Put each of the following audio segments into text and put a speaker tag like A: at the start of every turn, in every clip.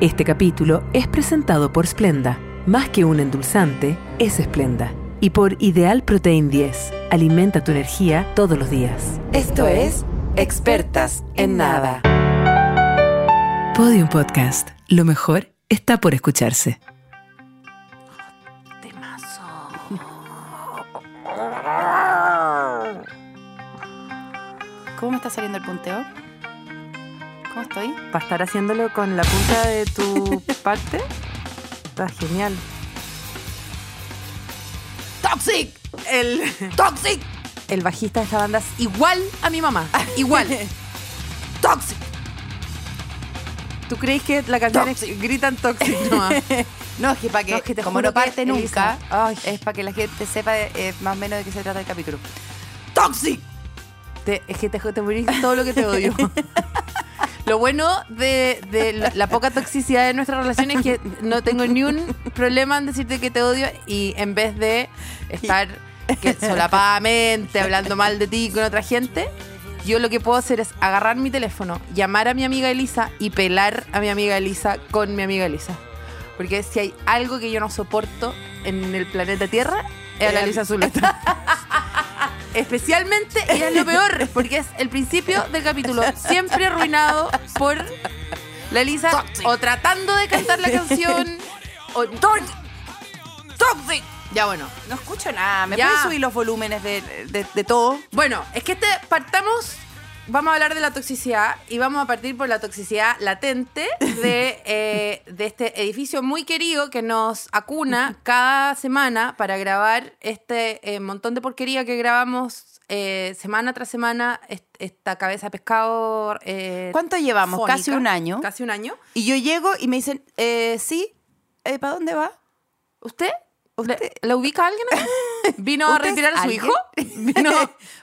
A: Este capítulo es presentado por Splenda. Más que un endulzante, es Splenda. Y por Ideal Protein 10. Alimenta tu energía todos los días.
B: Esto es Expertas en Nada.
A: Podium Podcast. Lo mejor está por escucharse.
C: ¿Cómo me está saliendo el punteo? ¿Cómo estoy?
D: Para estar haciéndolo con la punta de tu parte, está genial.
C: ¡Toxic!
D: El,
C: ¡Toxic!
D: el bajista de esta banda es igual a mi mamá. Igual.
C: ¡Toxic!
D: ¿Tú crees que la canción es
C: Toxic.
D: gritan tóxico? No,
C: No, es que para que,
D: es que te
C: como
D: juro
C: no parte
D: que,
C: nunca,
D: Elisa, ay,
C: es para que la gente sepa eh, más o menos de qué se trata el capítulo. ¡Toxic!
D: te- es que te, te morís todo lo que te odio. Lo bueno de, de la, la poca toxicidad de nuestra relación es que no tengo ni un problema en decirte que te odio y en vez de estar que solapadamente hablando mal de ti con otra gente, yo lo que puedo hacer es agarrar mi teléfono, llamar a mi amiga Elisa y pelar a mi amiga Elisa con mi amiga Elisa. Porque si hay algo que yo no soporto en el planeta Tierra, es a la
C: Eh,
D: Elisa Zuleta. Especialmente, y es lo peor, porque es el principio del capítulo, siempre arruinado por la Elisa
C: Tóxico.
D: o tratando de cantar la canción. O,
C: ¡Toxic!
D: ya bueno.
C: No escucho nada. ¿Me
D: Ya.
C: puedes subir los volúmenes de, de- de todo?
D: Bueno, es que este, partamos, vamos a hablar de la toxicidad y vamos a partir por la toxicidad latente de, eh, de este edificio muy querido que nos acuna cada semana para grabar este eh, montón de porquería que grabamos eh, semana tras semana, est- esta cabeza de pescado. eh,
C: ¿Cuánto llevamos?
D: fónica.
C: Casi un año.
D: Casi un año.
C: Y yo llego y me dicen, eh, sí, eh, ¿para dónde va?
D: ¿Usted?
C: ¿Usted-
D: ¿Le- ¿La ubica alguien? ¿Vino a
C: ¿Usted es
D: retirar a su
C: alguien?
D: hijo? ¿Vino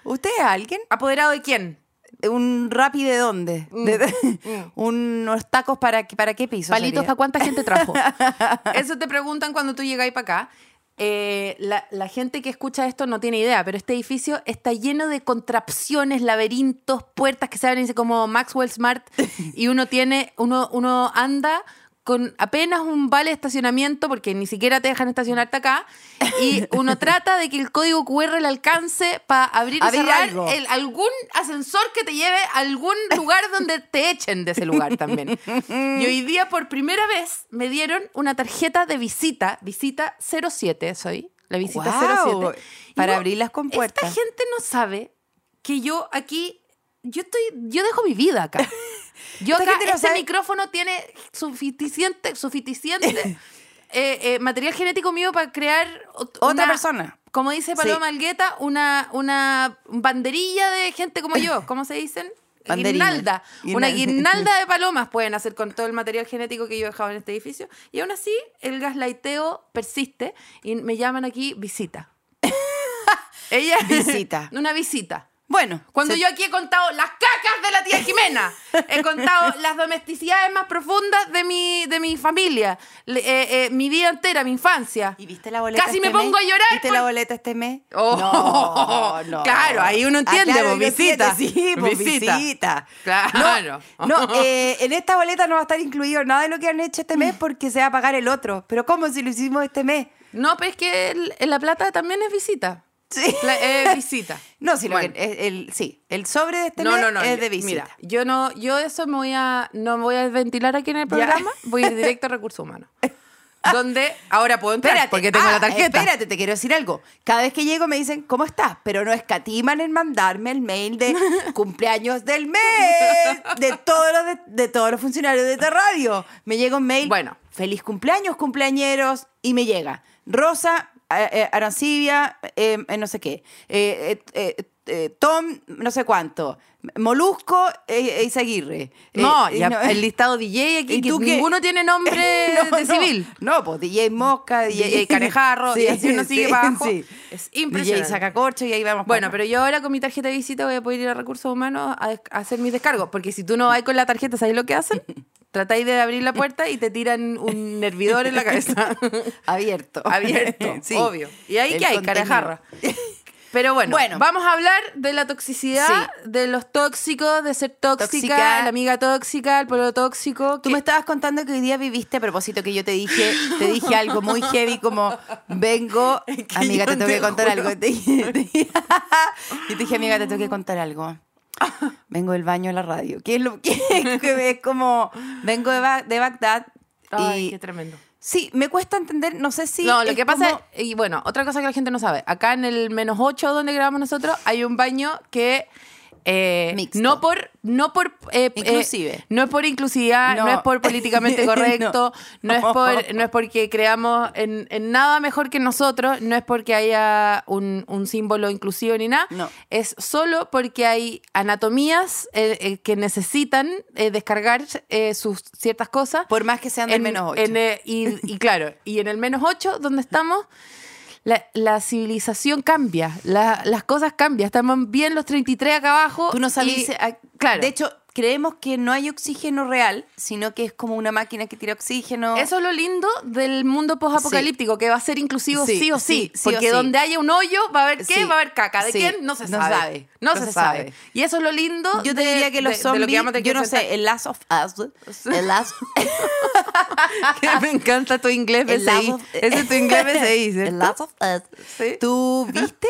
C: ¿Usted es alguien?
D: apoderado de quién?
C: ¿Un rapi de dónde?
D: Mm,
C: De- de- ¿Unos tacos para, qué- para qué piso?
D: Palitos,
C: sería?
D: ¿para cuánta gente trajo? Eso te preguntan cuando tú llegáis para acá. Eh, la, la gente que escucha esto no tiene idea, pero este edificio está lleno de contrapciones, laberintos, puertas que se abren y se- como Maxwell Smart y uno tiene, uno, uno anda con apenas un vale de estacionamiento porque ni siquiera te dejan estacionarte acá y uno trata de que el código QR le alcance para abrir y
C: Abrir
D: cerrar
C: algo.
D: el- algún ascensor que te lleve a algún lugar donde te echen de ese lugar también. Y hoy día por primera vez me dieron una tarjeta de visita, visita 07 soy, la visita
C: Guau,
D: 07. Y
C: Para
D: digo,
C: abrir las compuertas.
D: Esta gente no sabe que yo aquí, yo estoy, yo dejo mi vida acá. Yo
C: Esta
D: acá,
C: gente no
D: este
C: sabe-
D: micrófono tiene suficiente, suficiente eh, eh, material genético mío para crear ot-
C: Otra
D: una-
C: persona.
D: Como dice Paloma Algueta, una, una banderilla de gente como yo, ¿cómo se dicen?
C: Banderina.
D: Guirnalda. Una
C: Guirnalda.
D: guirnalda de palomas pueden hacer con todo el material genético que yo he dejado en este edificio. Y aún así, el gaslighteo persiste y me llaman aquí visita. Ella.
C: Visita.
D: Una visita.
C: Bueno,
D: Cuando
C: se-
D: yo aquí he contado las cacas de la tía Jimena, he contado las domesticidades más profundas de mi, de mi familia, le- eh, eh, mi vida entera, mi infancia.
C: ¿Y viste la boleta
D: Casi
C: este
D: me pongo
C: mes?
D: a llorar
C: ¿Viste
D: por-
C: la boleta este mes? Ah,
D: Oh, claro, ahí uno entiende,
C: claro,
D: vos,
C: uno
D: visita.
C: entiende, sí, vos,
D: Visita.
C: visita.
D: Claro.
C: No, no, eh, en esta boleta no va a estar incluido nada de lo que han hecho este mes porque se va a pagar el otro. Pero ¿cómo si lo hicimos este mes?
D: No, pero es que el- en La Plata también es visita.
C: Sí.
D: La- es visita.
C: No, si lo
D: Bueno.
C: que- eh, el, sí, el sobre de este mes es de visita.
D: Mira, yo no, yo eso me voy a, no me voy a ventilar aquí en el
C: Ya.
D: programa, voy a ir directo a recursos humanos. Donde ahora puedo entrar
C: Espérate,
D: porque tengo
C: ah,
D: la tarjeta.
C: Espérate, te quiero decir algo. Cada vez que llego me dicen, ¿cómo estás? Pero no escatiman en mandarme el mail de cumpleaños del mes de todos los, de, de todos los funcionarios de esta radio. Me llega un mail,
D: Bueno.
C: feliz cumpleaños, cumpleañeros, y me llega Rosa, eh, eh, Arancibia, eh, eh, no sé qué, eh, eh, eh, eh, Tom, no sé cuánto, Molusco eh, eh, Izaguirre. Eh,
D: No,
C: eh,
D: ya el listado DJ aquí,
C: ¿Y
D: que
C: tú qué?
D: ninguno tiene nombre
C: No,
D: de
C: no.
D: civil.
C: No, pues DJ Mosca, DJ,
D: DJ Carejarro, y así uno sigue para abajo.
C: sí.
D: Es
C: DJ
D: impresionante.
C: Sacacorcho y ahí vamos.
D: Bueno,
C: para
D: pero yo ahora con mi tarjeta de visita voy a poder ir a recursos humanos a, des- a hacer mis descargos. Porque si tú no vas con la tarjeta, ¿sabes lo que hacen? Tratáis de abrir la puerta y te tiran un hervidor en la cabeza.
C: abajo. abierto.
D: Abierto,
C: Sí.
D: obvio. ¿Y ahí
C: El
D: qué hay?
C: contenido.
D: Carejarra. Pero bueno,
C: Bueno.
D: vamos a hablar de la toxicidad, de los tóxicos, de ser tóxica,
C: Tóxica. Eh,
D: la amiga tóxica, el pueblo tóxico.
C: Tú
D: que-
C: me estabas contando que hoy día viviste a propósito que yo te dije, te dije algo muy heavy como vengo,
D: que
C: amiga, te
D: yo
C: tengo
D: te
C: que contar
D: juro.
C: algo. Te dije- te dije- yo te dije, amiga, te tengo que contar algo. Vengo del baño a la radio. Que es lo que que es como vengo de, Ba- de Bagdad
D: Ay,
C: y
D: qué tremendo.
C: sí, me cuesta entender, no sé si
D: no, lo
C: es
D: que pasa,
C: como-
D: es- y bueno, otra cosa que la gente no sabe, acá en el menos 8 donde grabamos nosotros hay un baño que... eh,
C: Mixto.
D: no por no por eh, eh,
C: Inclusive.
D: no es por inclusividad no,
C: No.
D: es por políticamente correcto no,
C: No.
D: es por no es porque creamos en, en nada mejor que nosotros no es porque haya un, un símbolo inclusivo ni nada
C: No.
D: es solo porque hay anatomías eh, eh, que necesitan eh, descargar eh, sus ciertas cosas
C: por más que sean del
D: en-
C: menos ocho.
D: en, eh, y, y claro, y en el menos 8, donde estamos, la, la civilización cambia, la- las cosas cambian. Estamos bien los 33 acá abajo.
C: Tú no sabías.
D: y-
C: eh, ah,
D: claro.
C: De hecho, creemos que no hay oxígeno real, sino que es como una máquina que tira oxígeno.
D: eso es lo lindo del mundo posapocalíptico, que va a ser inclusivo sí,
C: Sí,
D: o sí.
C: sí, sí o
D: porque
C: sí.
D: donde haya un hoyo, va a haber qué,
C: Sí,
D: va a haber caca. ¿De
C: sí,
D: quién? No se
C: no
D: sabe.
C: sabe,
D: No,
C: no
D: se,
C: se
D: sabe.
C: sabe.
D: Y eso es lo lindo.
C: Yo te
D: de-
C: diría que los
D: de- de lo
C: zombies,
D: que vamos a tener que
C: yo no
D: enfrentar.
C: sé, el Last of Us, el Last,
D: Me encanta tu inglés
C: el Last
D: BCI.
C: of-
D: Ese es tu inglés BCI,
C: el
D: ¿cierto?
C: Last of Us.
D: Sí.
C: ¿Tú viste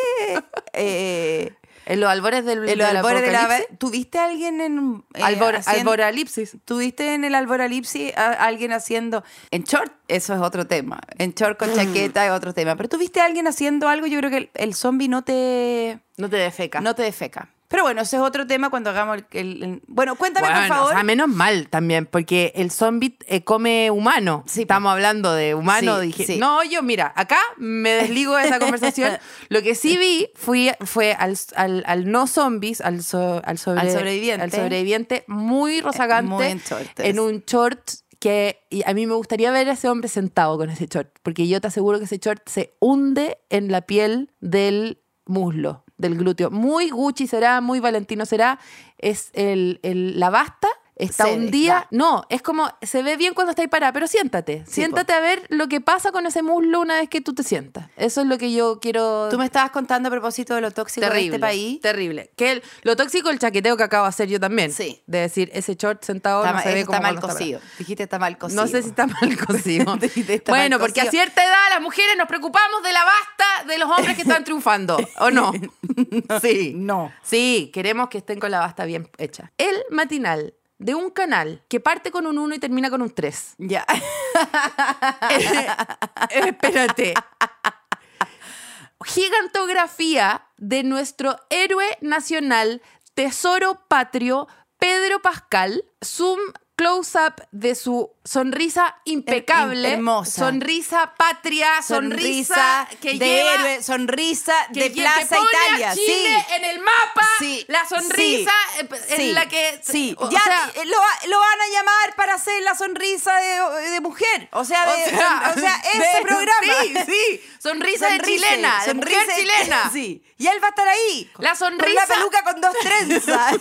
C: eh,
D: En los albores del,
C: en los
D: del
C: albores de la,
D: apocalipsis.
C: ¿Tú viste a alguien en eh,
D: Albor-
C: haciendo-
D: alboralipsis.
C: ¿Tú viste en el alboralipsis a alguien haciendo en short? Eso es otro tema. En short con chaqueta es otro tema. Pero tú viste a alguien haciendo algo, yo creo que el, el zombie no te
D: No te defeca.
C: no te defeca. Pero bueno, ese es otro tema cuando hagamos el, el- el- bueno, cuéntame
D: Bueno,
C: por favor.
D: o sea, menos mal también, porque el zombie eh, come humano.
C: Sí, pues.
D: Estamos hablando de humano.
C: Sí,
D: dije,
C: sí.
D: no, yo, mira, acá me desligo de esa conversación. Lo que sí vi fui, fue al, al- al no zombies, al, so- al, sobre-
C: Al sobreviviente. Eh,
D: al sobreviviente muy rozagante.
C: muy en shorts.
D: en un short que y a mí me gustaría ver a ese hombre sentado con ese short, porque yo te aseguro que ese short se hunde en la piel del muslo, del glúteo. Muy Gucci será, muy Valentino será, es el, el- la basta. Está
C: Se
D: hundida. No, es como se ve bien cuando está ahí parada, pero siéntate.
C: Sí,
D: siéntate a ver lo que pasa con ese muslo una vez que tú te sientas. Eso es lo que yo quiero.
C: Tú me estabas contando a propósito de lo tóxico de este país.
D: Terrible. Que el- lo tóxico el chaqueteo que acabo de hacer yo también.
C: Sí.
D: De decir, ese short sentado
C: Está,
D: no
C: ma-
D: se ve
C: eso
D: como
C: está mal
D: cuando está
C: cocido. Dijiste está mal cocido.
D: no sé si está mal cocido.
C: Está mal
D: bueno, porque a
C: cocido.
D: cierta edad las mujeres nos preocupamos de la basta de los hombres que están triunfando, ¿o no? Sí.
C: No.
D: Sí, queremos que estén con la basta bien hecha. El matinal de un canal que parte con un 1 y termina con un 3.
C: Ya.
D: Espérate. Gigantografía de nuestro héroe nacional, tesoro patrio, Pedro Pascal. Zoom close-up de su sonrisa impecable.
C: hermosa.
D: Sonrisa patria, sonrisa, que
C: de
D: lleva...
C: héroe, sonrisa
D: que
C: de
D: lle- que
C: Plaza
D: pone a
C: Italia.
D: Chile
C: sí.
D: en el mapa,
C: Sí,
D: la sonrisa eh, en
C: sí,
D: la que...
C: sí.
D: o
C: ya
D: sea,
C: eh, lo, va- lo van a llamar para hacer la sonrisa de, de mujer. O sea, de- son- o sea, ese
D: de-
C: programa.
D: Sí, sí. Sonrisa de
C: Sonríe,
D: chilena, de mujer
C: sonríe,
D: chilena.
C: Sí. Y él va a estar ahí.
D: La
C: Con la
D: sonrisa-
C: peluca con dos trenzas.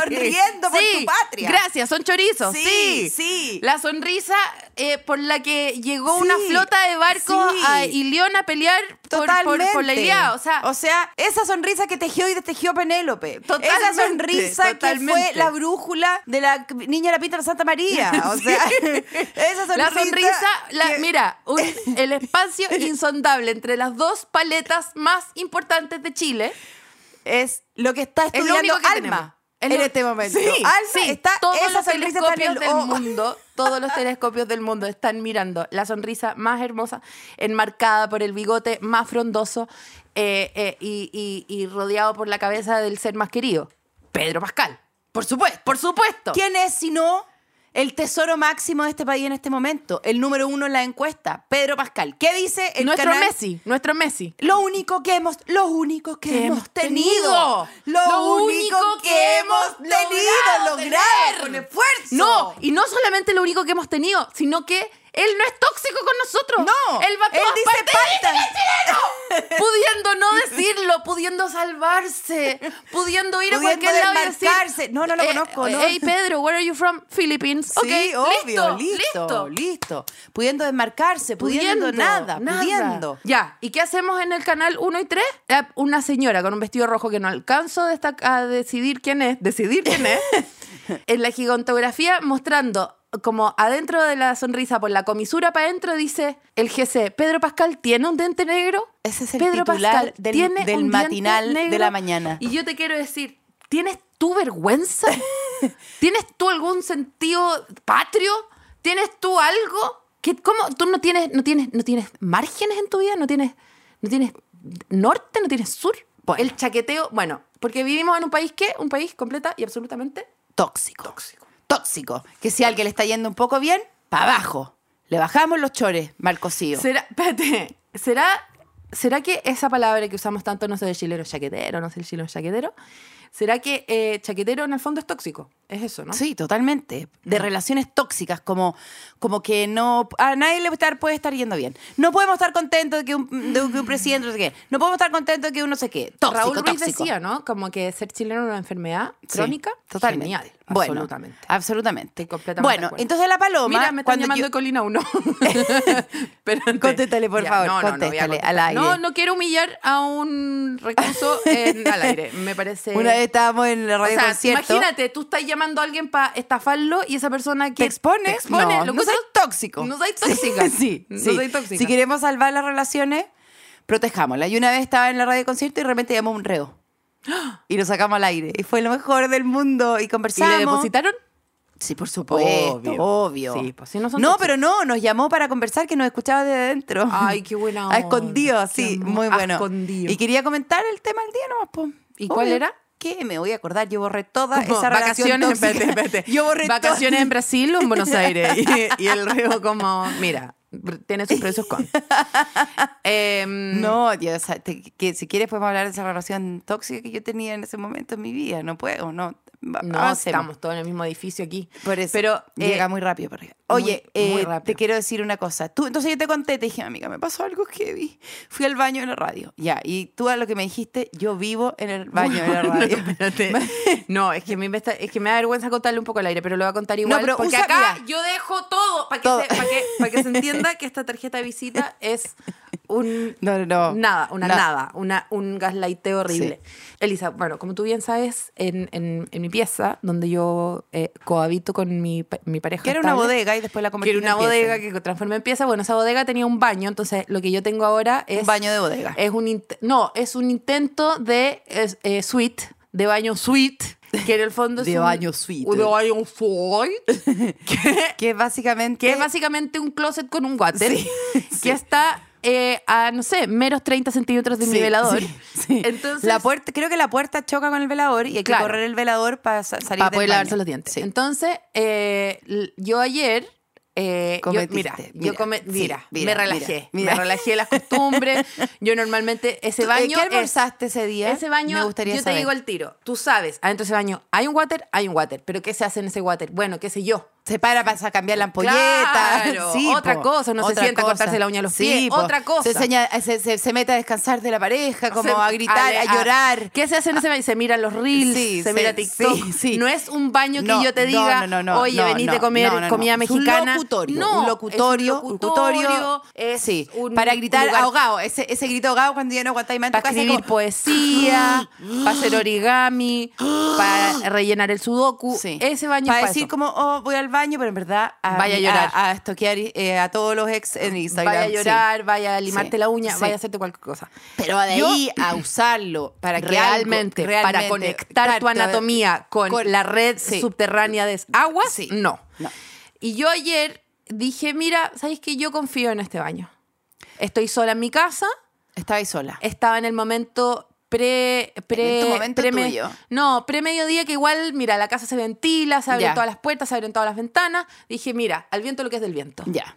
C: Sonriendo por
D: Sí,
C: tu patria.
D: Gracias, son chorizos.
C: Sí,
D: Sí,
C: sí.
D: La sonrisa eh, por la que llegó
C: Sí,
D: una flota de barcos
C: sí.
D: a Ilión a pelear por, por- por la Ilíada. O sea,
C: esa sonrisa que tejió y destejió Penélope. Esa
D: Totalmente,
C: sonrisa que
D: totalmente.
C: fue la brújula de la niña de la pinta de Santa María. O sea, esa sonrisa.
D: la sonrisa, la-
C: que-
D: mira, un- el espacio insondable entre las dos paletas más importantes de Chile.
C: es lo que está
D: Es lo
C: estudiando
D: único que tenemos.
C: Alma.
D: Es
C: en
D: lo-
C: este momento.
D: Sí,
C: Alma
D: sí.
C: está
D: todos
C: esa
D: los
C: sonrisa está oh, en
D: telescopios
C: el
D: del
C: ojo.
D: mundo, todos los telescopios del mundo están mirando la sonrisa más hermosa, enmarcada por el bigote más frondoso eh, eh, y, y- y rodeado por la cabeza del ser más querido, Pedro Pascal. Por supuesto, por supuesto.
C: ¿Quién es sino el tesoro máximo de este país en este momento? El número uno en la encuesta, Pedro Pascal. ¿Qué dice el
D: nuestro
C: canal?
D: Messi, nuestro Messi.
C: Lo único que hemos, lo único que
D: que
C: hemos tenido, lo, único que, hemos tenido, logrado
D: tener.
C: con esfuerzo.
D: No, y no solamente lo único que hemos tenido, sino que Él no es tóxico con nosotros.
C: No,
D: Él va a
C: él
D: todas
C: dice
D: partes.
C: palta.
D: ¡Él dice chileno! pudiendo no decirlo, pudiendo salvarse, pudiendo ir a
C: Pudiendo
D: cualquier lado y decir, Eh,
C: desmarcarse. No, no lo conozco, no.
D: Hey Pedro, where are you from? Philippines.
C: Sí,
D: okay,
C: obvio,
D: listo,
C: listo, listo, Pudiendo desmarcarse, pudiendo, nada, pudiendo.
D: Ya, ¿y qué hacemos en el canal 1 y 3? Una señora con un vestido rojo que no alcanzo a destac- a decidir quién es, decidir quién es, en la gigantografía mostrando como adentro de la sonrisa por la comisura para adentro dice el GC, Pedro Pascal tiene un diente negro.
C: Ese es el
D: Pedro
C: titular
D: Pascal
C: del-
D: tiene
C: del
D: un diente
C: matinal de
D: negro".
C: la mañana.
D: Y yo te quiero decir, ¿tienes tú vergüenza? ¿Tienes tú algún sentido patrio? ¿Tienes tú algo? ¿Qué, ¿Cómo? ¿Tú no tienes, no, tienes, no tienes márgenes en tu vida? ¿No tienes, no tienes norte? ¿No tienes sur? El chaqueteo, bueno, porque vivimos en un país que, un país completa y absolutamente
C: Tóxico. Tóxico. Tóxico. Que si a alguien le está yendo un poco bien, para abajo. Le bajamos los chores, mal cocido.
D: ¿Será, espérate, ¿será, ¿será que esa palabra que usamos tanto, no sé, el chileno chaquetero, no sé, el chileno chaquetero, ¿será que eh, chaquetero en el fondo es tóxico? Es eso, ¿no? Mm.
C: Sí, totalmente. De relaciones tóxicas, como, como que no. A nadie le puede estar, puede estar yendo bien. No podemos estar contentos de que un, mm, de que un presidente no sé qué. No podemos estar contentos de que un no sé qué. Tóxico,
D: Raúl Ruiz
C: tóxico.
D: decía, ¿no? Como que ser chileno era una enfermedad
C: Sí,
D: crónica.
C: totalmente.
D: Genial.
C: Bueno,
D: absolutamente.
C: Absolutamente.
D: Estoy completamente de
C: bueno,
D: acuerdo.
C: entonces la paloma.
D: Mira, me están
C: cuando
D: llamando
C: yo-
D: de Colina 1. Espérate.
C: Contéstale, por favor,
D: No, no, no, voy a
C: contéstale
D: contestar.
C: al aire.
D: No, no quiero humillar a un recurso en- al aire. Me parece.
C: Una vez estábamos en la
D: O
C: radio
D: sea,
C: concierto.
D: imagínate, tú estás llamando a alguien para estafarlo y esa persona
C: ¿Te
D: que
C: expone?
D: te expone,
C: No,
D: lo
C: no
D: que
C: soy
D: tú-
C: tóxico.
D: No soy tóxica.
C: Sí,
D: no
C: sí.
D: soy tóxica.
C: Si queremos salvar las relaciones, protejámosla. Y una vez estaba en la radio concierto y de repente llamó un reo. Y lo sacamos al aire. Y fue lo mejor del mundo. Y
D: ¿Y le
C: conversamos.
D: depositaron?
C: Sí, por supuesto. Obvio.
D: Obvio. Sí, pues sí, no
C: no,
D: son tóxicos.
C: pero no, nos llamó para conversar que nos escuchaba desde adentro.
D: Ay, qué buena
C: A
D: onda,
C: escondido,
D: qué
C: sí,
D: amor.
C: muy
D: A
C: bueno.
D: escondido.
C: Y quería comentar el tema del día nomás, po.
D: ¿Y cuál era?
C: ¿Qué? Me voy a acordar, yo borré toda
D: Como
C: esa relación
D: vacaciones,
C: tóxica.
D: Ah, espérate, espérate.
C: Yo borré toda-
D: vacaciones en Brasil o en Buenos Aires. Y, y el reo como, mira, tiene sus Em, precios con. Mm.
C: No, yo, o sea, te- que si quieres podemos hablar de esa relación tóxica que yo tenía en ese momento en mi vida. No puedo, no. Va-
D: No,
C: avancemos.
D: estamos todos en el mismo edificio aquí.
C: Por eso.
D: Pero eh,
C: llega muy rápido para arriba.
D: muy-
C: Oye,
D: muy
C: eh,
D: rápido.
C: te quiero decir una cosa. Tú, entonces yo te conté, te dije, amiga, me pasó algo heavy. Fui al baño de la radio. Ya, y tú a lo que me dijiste, yo vivo en el baño de la radio.
D: Espérate. No, es que, me investa- es que me da vergüenza contarle un poco al aire, pero lo voy a contar igual.
C: pero
D: porque
C: usa-
D: acá
C: mira.
D: yo dejo todo para que,
C: Todo.
D: Se, para que, para que se entienda que esta tarjeta de visita es un.
C: No, no, no.
D: Nada, una
C: No.
D: nada, una, un gaslighteo horrible. Elisa, bueno, como tú bien sabes, en, en- en mi pieza, donde yo eh, cohabito con mi, pa- mi pareja.
C: que era una
D: estable,
C: bodega y después la
D: Que
C: convertí
D: era
C: en
D: una
C: pieza.
D: bodega que transformé en pieza. Bueno, esa bodega tenía un baño, entonces lo que yo tengo ahora es. eh,
C: Un baño de bodega.
D: Es un int- no, es un intento de es- eh, suite, de baño suite, que en el fondo es
C: De
D: un-
C: baño suite.
D: De baño suite, que,
C: Que básicamente...
D: que es básicamente un closet con un water,
C: Sí, sí.
D: que está eh, a, no sé, meros 30 centímetros de mi
C: Sí,
D: velador.
C: sí, sí.
D: Entonces,
C: la puerta, creo que la puerta choca con el velador y hay
D: Claro.
C: que correr el velador para sa- salir
D: para
C: del
D: poder
C: baño.
D: lavarse los dientes.
C: Sí.
D: Entonces, eh, l- yo ayer. eh, yo-
C: Cometiste,
D: mira, yo
C: mira,
D: come-
C: sí,
D: mira,
C: mira,
D: me relajé,
C: mira, mira.
D: me relajé de las costumbres. Yo normalmente ese
C: ¿Tú, eh,
D: baño
C: ¿Qué
D: es-
C: almorzaste ese día?
D: Ese baño,
C: Me gustaría
D: yo te
C: saber.
D: digo el tiro. Tú sabes, adentro de ese baño hay un water, hay un water. Pero ¿qué se hace en ese water? Bueno, qué sé yo.
C: Se para para sa- cambiar la ampolleta.
D: Claro,
C: Sí,
D: otra
C: po.
D: cosa, no se sienta a cortarse la uña a los pies,
C: po.
D: otra cosa.
C: Se, seña- se, se- se mete a descansar de la pareja, como
D: Se-
C: a gritar,
D: le-
C: a, llorar.
D: ¿Qué se hace en ese baño? Se miran los reels,
C: Sí,
D: se
C: sí,
D: mira TikTok.
C: sí, sí.
D: No es un baño que
C: No,
D: yo te
C: no,
D: diga,
C: no, no, no,
D: oye,
C: no,
D: venís
C: no,
D: de comer
C: no, no, no.
D: comida
C: Es un
D: mexicana.
C: locutorio,
D: no,
C: un locutorio,
D: es un locutorio, es
C: sí,
D: un
C: para gritar
D: lugar
C: ahogado, ese, ese grito ahogado cuando ya no aguantáis más en tu
D: Para
C: casa,
D: escribir
C: como-
D: poesía, para hacer origami, para rellenar el sudoku.
C: Sí.
D: Ese baño es
C: para
D: pa'
C: decir
D: eso.
C: como oh, voy al baño pero en verdad a,
D: Vaya a llorar.
C: a, a estoquear eh, a todos los ex en Instagram
D: Vaya a
C: sí.
D: llorar, vaya a limarte
C: Sí,
D: la uña,
C: sí.
D: vaya a hacerte cualquier cosa.
C: pero de
D: Yo-
C: ahí a usarlo para que algo-
D: realmente, para
C: realmente-
D: conectar tu
C: Claro,
D: anatomía con,
C: con-
D: la red
C: sí.
D: subterránea de aguas,
C: Sí.
D: no.
C: No.
D: Y yo ayer dije, mira, ¿sabéis que yo confío en este baño? Estoy sola en mi casa,
C: estaba ahí sola
D: estaba en el momento pre pre
C: En tu momento
D: preme-
C: tuyo.
D: no pre mediodía que igual mira la casa se ventila se abren
C: Ya.
D: todas las puertas se abren todas las ventanas dije mira al viento lo que es del viento
C: Ya.